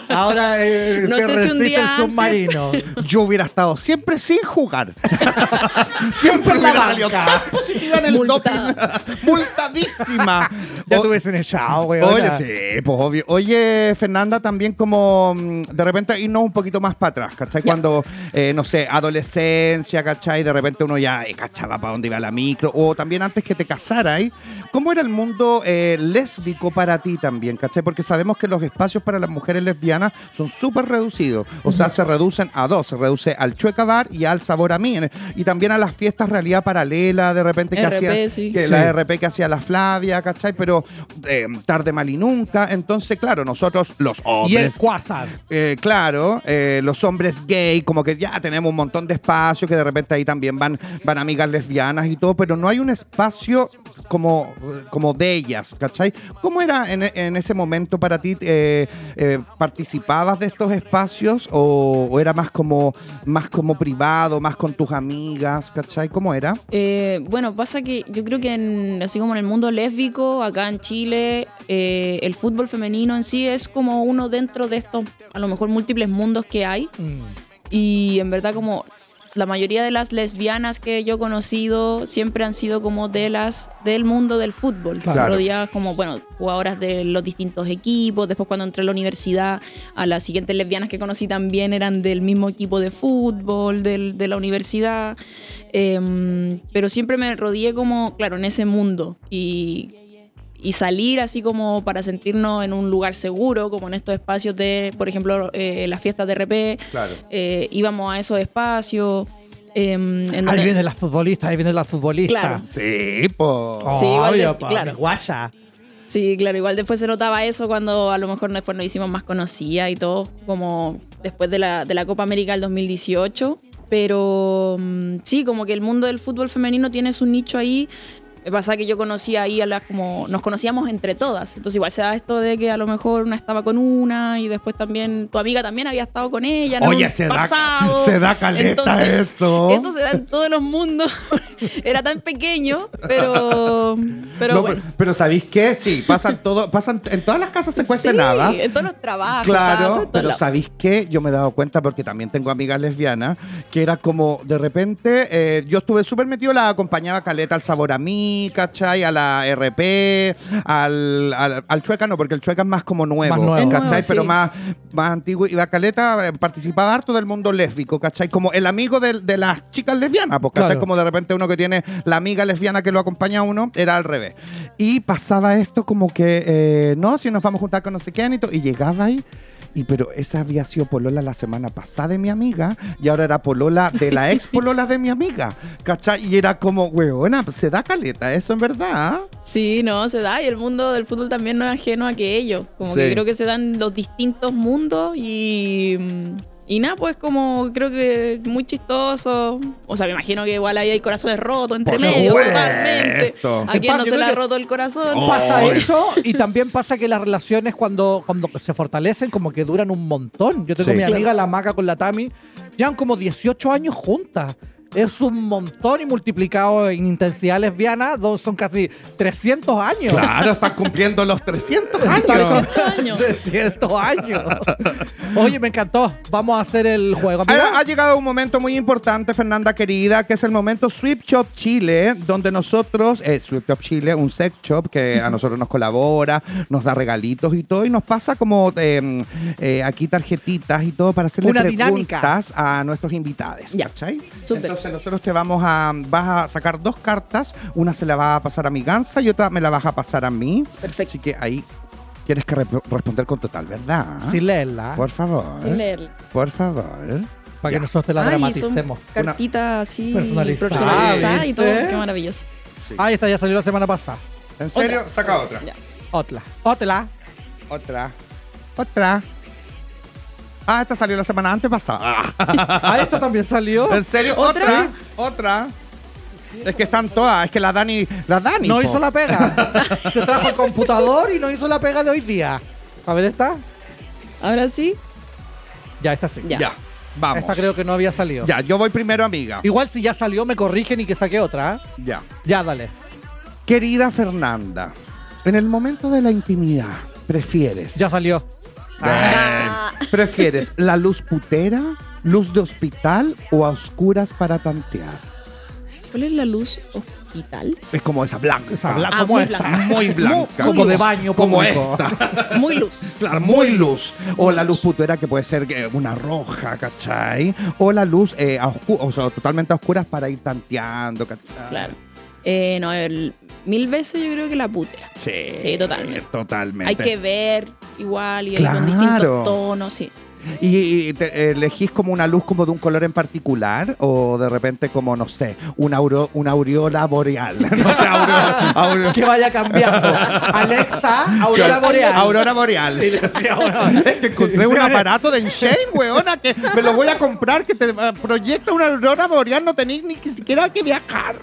Speaker 2: ahora eh,
Speaker 4: No
Speaker 2: se
Speaker 4: sé si un
Speaker 2: resiste
Speaker 4: día
Speaker 2: el
Speaker 4: antes.
Speaker 2: submarino.
Speaker 3: Yo hubiera estado siempre sin jugar. siempre
Speaker 2: Siempre en la
Speaker 3: hubiera salido
Speaker 2: banca.
Speaker 3: tan positiva en el
Speaker 4: Multada.
Speaker 3: doping. Multadísima.
Speaker 2: ya
Speaker 3: O-
Speaker 2: te hubiesen echado, weón.
Speaker 3: Oye, sí, pues obvio. Oye, Fernanda, también como mm, de repente irnos un poquito más para atrás, ¿cachai? Cuando, eh, no sé, adolescencia, ¿cachai? De repente uno ya eh, cachaba para dónde iba la micro. O también antes que te casaras, ¿cómo era el mundo eh, lésbico para ti también, ¿cachai? Porque sabemos que los espacios para las mujeres lesbianas son súper reducidos. O sea, se reducen a dos. Se reduce al chueca bar y al sabor a mí. Y también a las fiestas realidad paralela, de repente que
Speaker 4: RP,
Speaker 3: hacían.
Speaker 4: sí.
Speaker 3: que
Speaker 2: Sí.
Speaker 3: la RP que hacía la Flavia, ¿cachai? Pero eh, tarde mal y nunca. Entonces, claro, nosotros los
Speaker 2: Y el
Speaker 3: hombres.
Speaker 2: Quasar.
Speaker 3: eh, claro, eh, los hombres gay, como que ya tenemos un montón de espacios, que de repente ahí también van, van amigas lesbianas y todo, pero no hay un espacio como, como de ellas, ¿cachai? ¿Cómo era en, en ese momento para ti? eh, eh, ¿Participabas de estos espacios o, o era más como, más como privado, más con tus amigas, ¿cachai? ¿Cómo era?
Speaker 4: Eh, bueno, pasa que yo creo que en- así como en el mundo lésbico, acá en Chile, eh, el fútbol femenino en sí es como uno dentro de estos, a lo mejor múltiples mundos que hay.
Speaker 2: Mm.
Speaker 4: Y en verdad como la mayoría de las lesbianas que yo he conocido siempre han sido como de las del mundo del fútbol.
Speaker 3: Claro.
Speaker 4: Rodeadas como, bueno, jugadoras de los distintos equipos. Después cuando entré a la universidad, a las siguientes lesbianas que conocí también eran del mismo equipo de fútbol, del- de la universidad. Em, pero siempre me rodeé como, claro, en ese mundo. Y y salir así como para sentirnos en un lugar seguro, como en estos espacios de, por ejemplo, eh, las fiestas de RP.
Speaker 3: Claro.
Speaker 4: Eh, íbamos a esos espacios. em, en
Speaker 2: Ahí
Speaker 4: donde-
Speaker 2: viene la futbolista, ahí viene la futbolista.
Speaker 4: Claro.
Speaker 3: Sí, pues.
Speaker 4: Sí, igual de-
Speaker 2: Obvio, pa,
Speaker 4: claro.
Speaker 2: mi guaya.
Speaker 4: Sí, claro, igual después se notaba eso cuando a lo mejor después nos hicimos más conocidas y todo, como después de la, de la Copa América del 2018. Pero mm, sí, como que el mundo del fútbol femenino tiene su nicho ahí. Eh, Pasa que yo conocía ahí a las como. Nos conocíamos entre todas. Entonces, igual se da esto de que a lo mejor una estaba con una y después también. Tu amiga también había estado con ella. en
Speaker 3: Oye,
Speaker 4: un
Speaker 3: se da-
Speaker 4: pasado.
Speaker 3: se da caleta eso.
Speaker 4: Eso se da en todos los mundos. Era tan pequeño, pero, pero
Speaker 3: No,
Speaker 4: bueno.
Speaker 3: pero, pero ¿sabéis qué? Sí, pasan todo, pasan en todas las casas se cuecen
Speaker 4: Sí,
Speaker 3: habas.
Speaker 4: En todos los trabajos. pasa, en
Speaker 3: Claro,
Speaker 4: todos
Speaker 3: pero
Speaker 4: lados.
Speaker 3: ¿sabéis qué? Yo me he dado cuenta porque también tengo amigas lesbianas que era como de repente eh, yo estuve súper metido, la acompañaba Caleta al sabor a mí, ¿cachai? A la RP, al, al, al Chueca no, porque el Chueca es más como nuevo,
Speaker 2: Más nuevo.
Speaker 4: Es nuevo,
Speaker 3: ¿cachai?
Speaker 4: sí.
Speaker 3: Pero más, más antiguo. Y la Caleta eh, participaba harto del mundo lésbico, ¿cachai? Como el amigo de, de las chicas lesbianas, pues, ¿cachai?
Speaker 2: Claro.
Speaker 3: Como de repente uno que tiene la amiga lesbiana que lo acompaña a uno, era al revés. Y pasaba esto como que, eh, no, si nos vamos a juntar con no sé quién y todo. Y llegaba ahí. Y pero esa había sido polola la semana pasada de mi amiga y ahora era polola de la ex polola de mi amiga. ¿Cachai? Y era como, weona, se da caleta eso en verdad. ¿ah?
Speaker 4: Sí, no, se da. Y el mundo del fútbol también no es ajeno a que ello. Como
Speaker 3: Sí.
Speaker 4: que creo que se dan los distintos mundos y. Y nada, pues como creo que muy chistoso. O sea, me imagino que igual ahí hay corazones rotos entre
Speaker 3: Por
Speaker 4: medio,
Speaker 3: supuesto.
Speaker 4: totalmente. ¿A quién
Speaker 2: Yo
Speaker 4: no se
Speaker 2: creo
Speaker 4: le ha
Speaker 2: que-
Speaker 4: roto el corazón?
Speaker 3: Oh.
Speaker 2: Pasa eso y también pasa que las relaciones cuando, cuando se fortalecen como que duran un montón. Yo tengo
Speaker 3: Sí.
Speaker 2: mi amiga la Maca con la Tami, llevan como 18 años juntas. Es un montón y multiplicado en intensidad lesbiana, do- son casi 300 años.
Speaker 3: Claro, están cumpliendo los 300 años.
Speaker 4: 300 años.
Speaker 2: 300 años. Oye, me encantó. Vamos a hacer el juego. Mira,
Speaker 3: Ha, ha llegado un momento muy importante, Fernanda querida, que es el momento Sweep Shop Chile, donde nosotros, eh, Sweep Shop Chile, un sex shop que a nosotros nos colabora, nos da regalitos y todo, y nos pasa como eh, eh, aquí tarjetitas y todo para hacerle
Speaker 2: Una dinámica.
Speaker 3: preguntas a nuestros invitados.
Speaker 4: Ya.
Speaker 3: ¿Cachai?
Speaker 4: Súper.
Speaker 3: Entonces nosotros te vamos a, vas a sacar dos cartas, una se la va a pasar a mi ganza y otra me la vas a pasar a mí.
Speaker 4: Perfecto.
Speaker 3: Así que ahí tienes que re- responder con total, ¿verdad? ¿eh?
Speaker 2: sí, léela.
Speaker 3: Por favor.
Speaker 4: Sin leerla.
Speaker 3: Por favor.
Speaker 2: Para que nosotros te la
Speaker 4: Ay, son
Speaker 2: dramaticemos.
Speaker 4: cartitas así
Speaker 2: Personalizadas,
Speaker 4: personalizadas y todo.
Speaker 2: ¿viste?
Speaker 4: Qué maravilloso.
Speaker 3: Sí.
Speaker 2: Ahí está, ya salió la semana pasada.
Speaker 3: ¿En serio? Saca otra.
Speaker 4: Ya.
Speaker 2: Otla. Otla.
Speaker 3: Otra. Otra. Ah, esta salió la semana antes pasada.
Speaker 2: Ah, esta también salió.
Speaker 3: ¿En serio? ¿Otra? ¿Otra? Es que están todas. Es que la Dani... La Dani.
Speaker 2: No
Speaker 3: po.
Speaker 2: hizo la pega. Se trajo el computador y no hizo la pega de hoy día. A ver, esta.
Speaker 4: Ahora sí,
Speaker 2: Ya, esta sí.
Speaker 4: Ya.
Speaker 3: Ya. Vamos.
Speaker 2: Esta creo que no había salido.
Speaker 3: Ya, yo voy primero, amiga.
Speaker 2: Igual si ya salió, me corrigen y que saque otra. ¿eh?
Speaker 3: Ya.
Speaker 2: Ya, dale.
Speaker 3: Querida Fernanda, en el momento de la intimidad, ¿prefieres...
Speaker 2: Ya salió.
Speaker 3: Bien. ¿Prefieres la luz putera, luz de hospital o a oscuras para tantear?
Speaker 4: ¿cuál es la luz hospital?
Speaker 3: Es como esa blanca.
Speaker 2: Esa blanca,
Speaker 4: Ah,
Speaker 2: como
Speaker 4: muy
Speaker 2: esta.
Speaker 4: blanca.
Speaker 3: Muy blanca.
Speaker 2: Como de
Speaker 3: luz,
Speaker 2: baño
Speaker 3: Como
Speaker 2: público.
Speaker 3: esta.
Speaker 4: Muy luz.
Speaker 3: Claro, muy luz. O la luz putera que puede ser eh, una roja, ¿cachai? O la luz eh, a oscu- o sea, totalmente a oscuras para ir tanteando, ¿cachai?
Speaker 4: Claro. Eh, no, el- mil veces yo creo que la putera.
Speaker 3: Sí.
Speaker 4: Sí, totalmente.
Speaker 3: Totalmente.
Speaker 4: Hay que ver igual y ahí
Speaker 3: Claro.
Speaker 4: con distintos tonos. Sí.
Speaker 3: ¿Y, y te- elegís como una luz como de un color en particular? ¿O de repente como, no sé, una, auro- una aureola boreal? no sé, aurora, aurora-
Speaker 2: Que vaya cambiando. Alexa, Aurora Boreal.
Speaker 3: Aurora boreal.
Speaker 2: Y le decía, bueno,
Speaker 3: Es que encontré un aparato de Enshade, weona, que me lo voy a comprar, que te eh, proyecta una aurora boreal, no tenéis ni que siquiera que viajar.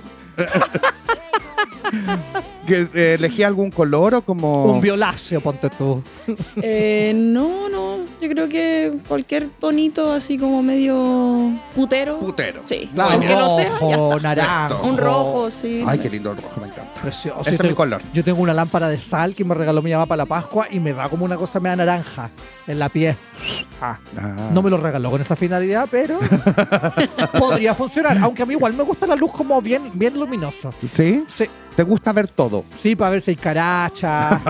Speaker 3: que, eh, ¿Elegí algún color o como...?
Speaker 2: Un violáceo, ponte tú.
Speaker 4: Eh, no, no. Yo creo que cualquier tonito así como medio putero.
Speaker 3: Putero.
Speaker 4: Sí.
Speaker 3: Claro.
Speaker 4: Aunque no sea, ya
Speaker 2: Rojo,
Speaker 4: está.
Speaker 2: naranjo.
Speaker 4: Un rojo, sí.
Speaker 3: Ay, qué lindo el rojo, me encanta.
Speaker 2: Precioso.
Speaker 3: Ese
Speaker 2: Yo
Speaker 3: es mi
Speaker 2: tengo-
Speaker 3: color.
Speaker 2: Yo tengo una lámpara de sal que me regaló mi mamá para la Pascua y me da como una cosa media naranja en la piel. Ah.
Speaker 3: Ah.
Speaker 2: No me lo regaló con esa finalidad, pero podría funcionar. Aunque a mí igual me gusta la luz como bien, bien luminosa.
Speaker 3: ¿Sí?
Speaker 2: Sí,
Speaker 3: ¿Te gusta ver todo?
Speaker 2: sí, para ver si hay caracha,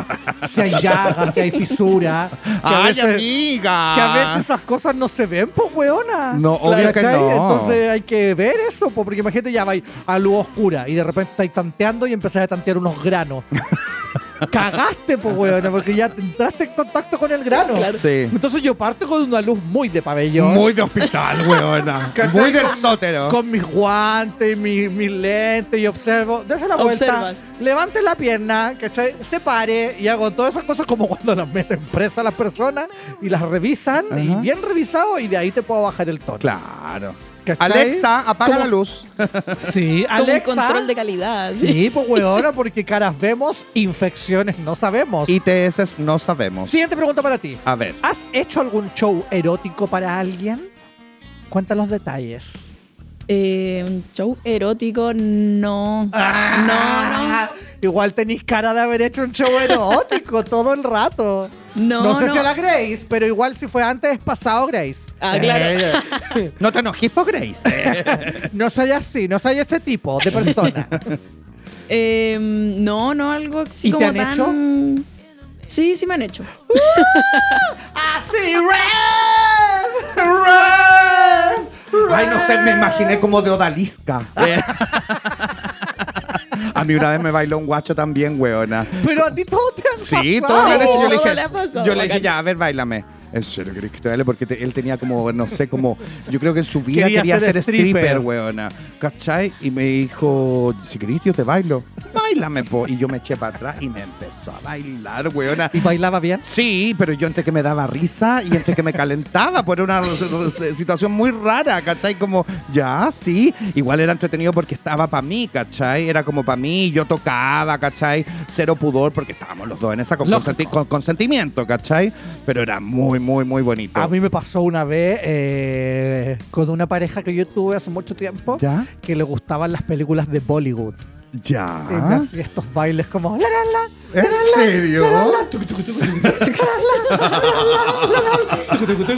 Speaker 2: si hay llagas, si hay fisura. Que a veces-
Speaker 3: amiga!
Speaker 2: que a veces esas cosas no se ven, pues, weona.
Speaker 3: No, obvio que
Speaker 2: ¿Cachai?
Speaker 3: no.
Speaker 2: Entonces hay que ver eso, pues, porque imagínate ya vais a luz oscura y de repente estáis tanteando y empezás a tantear unos granos. Cagaste, pues, weona, porque ya entraste en contacto con el grano.
Speaker 4: Claro.
Speaker 3: Sí.
Speaker 2: Entonces yo parto con una luz muy de pabellón.
Speaker 3: Muy de hospital, weona.
Speaker 2: ¿Cachai?
Speaker 3: Muy del sótero.
Speaker 2: con mis guantes, mis, mis lentes y observo, dése la vuelta,
Speaker 4: Observas.
Speaker 2: levante la pierna, ¿cachai? Se pare y hago todas esas cosas como cuando las meten presa a las personas y las revisan,
Speaker 3: Ajá.
Speaker 2: y bien revisado, y de ahí te puedo bajar el tono.
Speaker 3: Claro.
Speaker 2: ¿cachai?
Speaker 3: Alexa, apaga
Speaker 2: Como-
Speaker 3: la luz.
Speaker 2: Sí,
Speaker 4: Como un
Speaker 2: Alexa.
Speaker 4: control de calidad.
Speaker 2: Sí, pues weona, porque caras vemos, infecciones no sabemos.
Speaker 3: ITS no sabemos.
Speaker 2: Siguiente pregunta para ti.
Speaker 3: A ver.
Speaker 2: ¿Has hecho algún show erótico para alguien? Cuenta los detalles.
Speaker 4: eh, un show erótico, no.
Speaker 2: Ah, Igual tenéis cara de haber hecho un show erótico todo el rato.
Speaker 4: No,
Speaker 2: sé
Speaker 4: no.
Speaker 2: si a la Grace, pero igual si fue antes, es pasado Grace.
Speaker 4: Ah,
Speaker 2: Eh.
Speaker 4: claro.
Speaker 3: Eh, No te enojes eh. por Grace.
Speaker 2: No soy así, no soy ese tipo de persona.
Speaker 4: Eh, no, no, algo así
Speaker 2: ¿Y te
Speaker 4: como
Speaker 2: han
Speaker 4: tan. Sí, sí me han hecho.
Speaker 2: ¡Así, Red! ¡Red!
Speaker 3: Ay, no sé, me imaginé como de odalisca. eh. A mí una vez me bailó un guacho también, weona.
Speaker 2: Pero a ti todo te han
Speaker 3: Sí,
Speaker 2: pasado.
Speaker 3: todo me han hecho. Yo le
Speaker 4: Todo
Speaker 3: dije,
Speaker 4: le ha pasado,
Speaker 3: yo le dije
Speaker 4: bacán.
Speaker 3: ya, a ver, bailame. ¿En serio querés que te baile? Porque te- él tenía como, no sé, como. Yo creo que en su vida
Speaker 2: Quería
Speaker 3: quería,
Speaker 2: ser
Speaker 3: ser, stripper,
Speaker 2: stripper.
Speaker 3: weona. ¿Cachai? Y me dijo, si querés, yo te bailo. Bailame, po. Y yo me eché para atrás y me empezó a bailar, weona.
Speaker 2: ¿Y bailaba bien?
Speaker 3: Sí, pero yo entre que me daba risa y entre que me calentaba por una s- s- situación muy rara, ¿cachai? Como, ya, sí. Igual era entretenido porque estaba para mí, ¿cachai? Era como para mí, yo tocaba, ¿cachai? Cero pudor porque estábamos los dos en esa con,
Speaker 2: Lógico.
Speaker 3: consenti- con consentimiento, ¿cachai? Pero era muy, muy, muy bonito.
Speaker 2: A mí me pasó una vez eh, con una pareja que yo tuve hace mucho tiempo
Speaker 3: ¿Ya?
Speaker 2: que le gustaban las películas de Bollywood.
Speaker 3: ¿Ya?
Speaker 2: Y estos bailes como... la, la, la,
Speaker 3: ¿En serio?
Speaker 2: Tucu, tucu, tucu,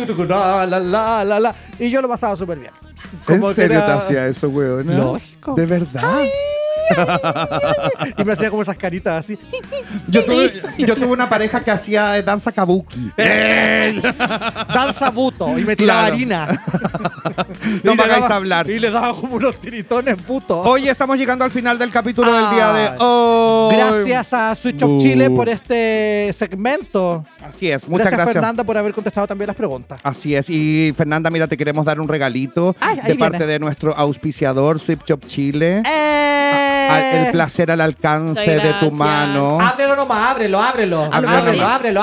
Speaker 2: tucu, la, la, la, la, la. Y yo lo pasaba súper bien. Como
Speaker 3: ¿En
Speaker 2: que
Speaker 3: serio
Speaker 2: era-
Speaker 3: te hacía eso, weón?
Speaker 2: Lógico.
Speaker 3: ¿De verdad?
Speaker 2: Y me hacía como esas caritas así.
Speaker 3: Yo tuve, yo tuve una pareja que hacía eh, danza kabuki.
Speaker 2: Danza buto. Y me tiraba
Speaker 3: Claro.
Speaker 2: harina.
Speaker 3: No
Speaker 2: Y
Speaker 3: me
Speaker 2: le
Speaker 3: hagáis
Speaker 2: daba-
Speaker 3: hablar.
Speaker 2: Y le daba como unos tiritones putos.
Speaker 3: Hoy estamos llegando al final del capítulo del día
Speaker 2: Ah,
Speaker 3: de hoy.
Speaker 2: Gracias a Switch
Speaker 3: Bu.
Speaker 2: Up Chile por este segmento.
Speaker 3: Así es, muchas gracias.
Speaker 2: Fernanda, por haber contestado también las preguntas.
Speaker 3: Así es. Y Fernanda, mira, te queremos dar un regalito
Speaker 2: Ay, ahí
Speaker 3: de parte
Speaker 2: viene.
Speaker 3: de nuestro auspiciador, Sweep Shop Chile.
Speaker 2: ¡Eh!
Speaker 3: A- Ah, El placer al alcance
Speaker 4: Muchas
Speaker 3: de tu
Speaker 4: gracias.
Speaker 3: mano.
Speaker 2: Ábrelo nomás, ábrelo, ábrelo.
Speaker 4: Ábrelo
Speaker 2: Ábrelo,
Speaker 4: nomás.
Speaker 2: ábrelo,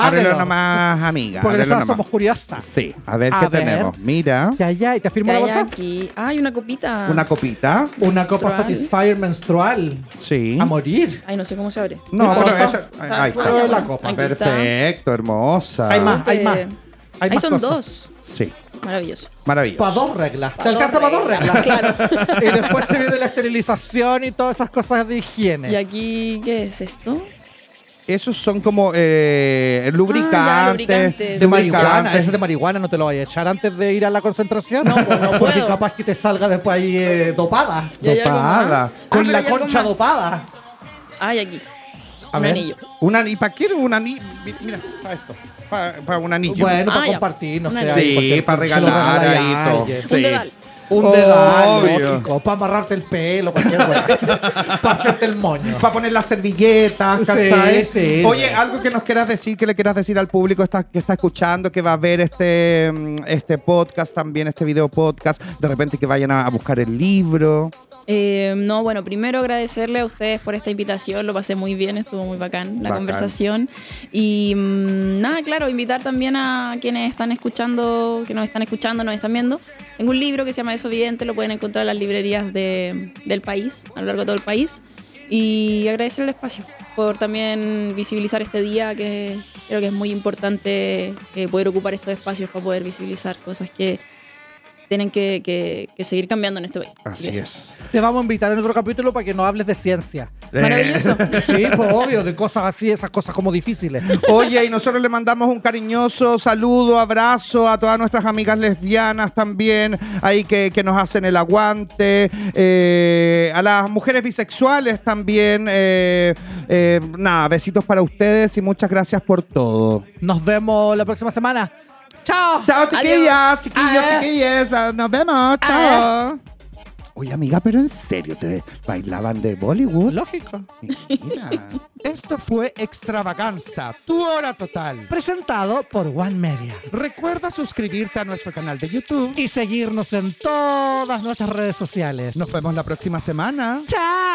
Speaker 3: Ábrelo
Speaker 2: ábrelo.
Speaker 3: nomás, amiga.
Speaker 2: Porque
Speaker 3: ábrelo
Speaker 2: nosotros
Speaker 3: nomás.
Speaker 2: somos curiosas.
Speaker 3: Sí, a ver
Speaker 2: A
Speaker 3: qué
Speaker 2: ver.
Speaker 3: tenemos. Mira,
Speaker 2: Ya, ya, y te
Speaker 4: ¿Qué
Speaker 2: firmo la
Speaker 4: hay
Speaker 2: bolsa.
Speaker 4: aquí? Ay, una copita.
Speaker 3: una copita.
Speaker 2: Una copa
Speaker 4: Menstrual.
Speaker 2: Satisfyer menstrual.
Speaker 3: Sí.
Speaker 2: A morir.
Speaker 4: Ay, no sé cómo se abre.
Speaker 3: No,
Speaker 2: La
Speaker 3: pero
Speaker 2: copa.
Speaker 3: esa. Ahí
Speaker 2: Pero
Speaker 3: está.
Speaker 2: la copa.
Speaker 4: Aquí está.
Speaker 3: Perfecto, hermosa.
Speaker 2: Hay más, hay más.
Speaker 4: Súper.
Speaker 2: Hay
Speaker 4: Ahí
Speaker 2: más
Speaker 4: son
Speaker 2: cosas.
Speaker 4: dos.
Speaker 3: Sí,
Speaker 4: Maravilloso.
Speaker 2: Para
Speaker 3: maravilloso.
Speaker 2: dos reglas.
Speaker 4: Pa'
Speaker 2: Te
Speaker 4: dos
Speaker 2: alcanza para dos reglas.
Speaker 4: reglas, claro.
Speaker 2: y después se viene la esterilización y todas esas cosas de higiene.
Speaker 4: ¿Y aquí qué es esto?
Speaker 3: Esos son como eh, lubricantes.
Speaker 4: lubricantes.
Speaker 2: de
Speaker 4: Sí,
Speaker 2: marihuana,
Speaker 3: lubricantes.
Speaker 2: ese de marihuana no te lo vayas a echar antes de ir a la concentración.
Speaker 4: No, pues, no
Speaker 2: Porque
Speaker 4: puedo.
Speaker 2: capaz que te salga después ahí eh, dopada.
Speaker 4: ¿Y hay algo más?
Speaker 3: Dopada.
Speaker 4: Ah,
Speaker 2: Con
Speaker 4: pero
Speaker 2: la
Speaker 4: hay algo
Speaker 2: concha
Speaker 4: más.
Speaker 2: dopada.
Speaker 4: Ay, aquí.
Speaker 2: A
Speaker 4: un
Speaker 2: ver.
Speaker 4: anillo.
Speaker 3: Un anillo. ¿Para qué un anillo? Mira, para esto. Para, un anillo.
Speaker 2: Bueno,
Speaker 4: Ah,
Speaker 2: para
Speaker 4: ya.
Speaker 2: compartir, no
Speaker 4: Una
Speaker 2: sé.
Speaker 4: idea.
Speaker 2: ahí,
Speaker 3: Sí,
Speaker 2: porque
Speaker 3: para
Speaker 2: se lo
Speaker 3: regalar
Speaker 2: regaláis a
Speaker 3: ahí, todo.
Speaker 2: alguien.
Speaker 3: Sí.
Speaker 4: Un dedal.
Speaker 2: Un
Speaker 3: Obvio.
Speaker 2: dedal, lógico. Para amarrarte el pelo, cualquier weá. para hacerte el moño.
Speaker 3: Para poner las servilletas,
Speaker 2: Sí,
Speaker 3: ¿cachai?
Speaker 2: sí.
Speaker 3: Oye, algo que nos quieras decir, que le quieras decir al público está- que está escuchando, que va a ver este, mm, este podcast también, este video podcast, de repente que vayan a, a buscar el libro.
Speaker 4: Eh, no, bueno, primero agradecerle a ustedes por esta invitación, lo pasé muy bien, estuvo muy bacán la
Speaker 3: Bacán.
Speaker 4: conversación. Y mm, nada, claro, invitar también a quienes están escuchando, que nos están escuchando, nos están viendo. Tengo un libro que se llama Eso Evidente, lo pueden encontrar en las librerías de- del país, a lo largo de todo el país. Y agradecer el espacio por también visibilizar este día, que creo que es muy importante eh, poder ocupar estos espacios para poder visibilizar cosas que tienen que, que- que seguir cambiando en este país.
Speaker 3: Así
Speaker 4: Y eso.
Speaker 3: es.
Speaker 2: Te vamos a invitar en otro capítulo para que nos hables de ciencia.
Speaker 4: Maravilloso.
Speaker 2: Sí, pues obvio, de cosas así, esas cosas como difíciles.
Speaker 3: Oye, y nosotros le mandamos un cariñoso saludo, abrazo a todas nuestras amigas lesbianas también, ahí que, que nos hacen el aguante, eh, a las mujeres bisexuales también. eh, eh, nada, besitos para ustedes y muchas gracias por todo.
Speaker 2: Nos vemos la próxima semana. ¡Chao!
Speaker 3: Chao, chiquillas,
Speaker 4: Adiós.
Speaker 3: chiquillos,
Speaker 2: Ah.
Speaker 3: chiquillas, ah, nos vemos, chao. Oye, amiga, pero en serio, ¿te bailaban de Bollywood?
Speaker 2: Lógico.
Speaker 3: Mira.
Speaker 1: Esto fue Extravaganza, tu hora total.
Speaker 2: Presentado por One Media.
Speaker 1: Recuerda suscribirte a nuestro canal de YouTube.
Speaker 2: Y seguirnos en todas nuestras redes sociales.
Speaker 1: Nos vemos la próxima semana.
Speaker 2: ¡Chao!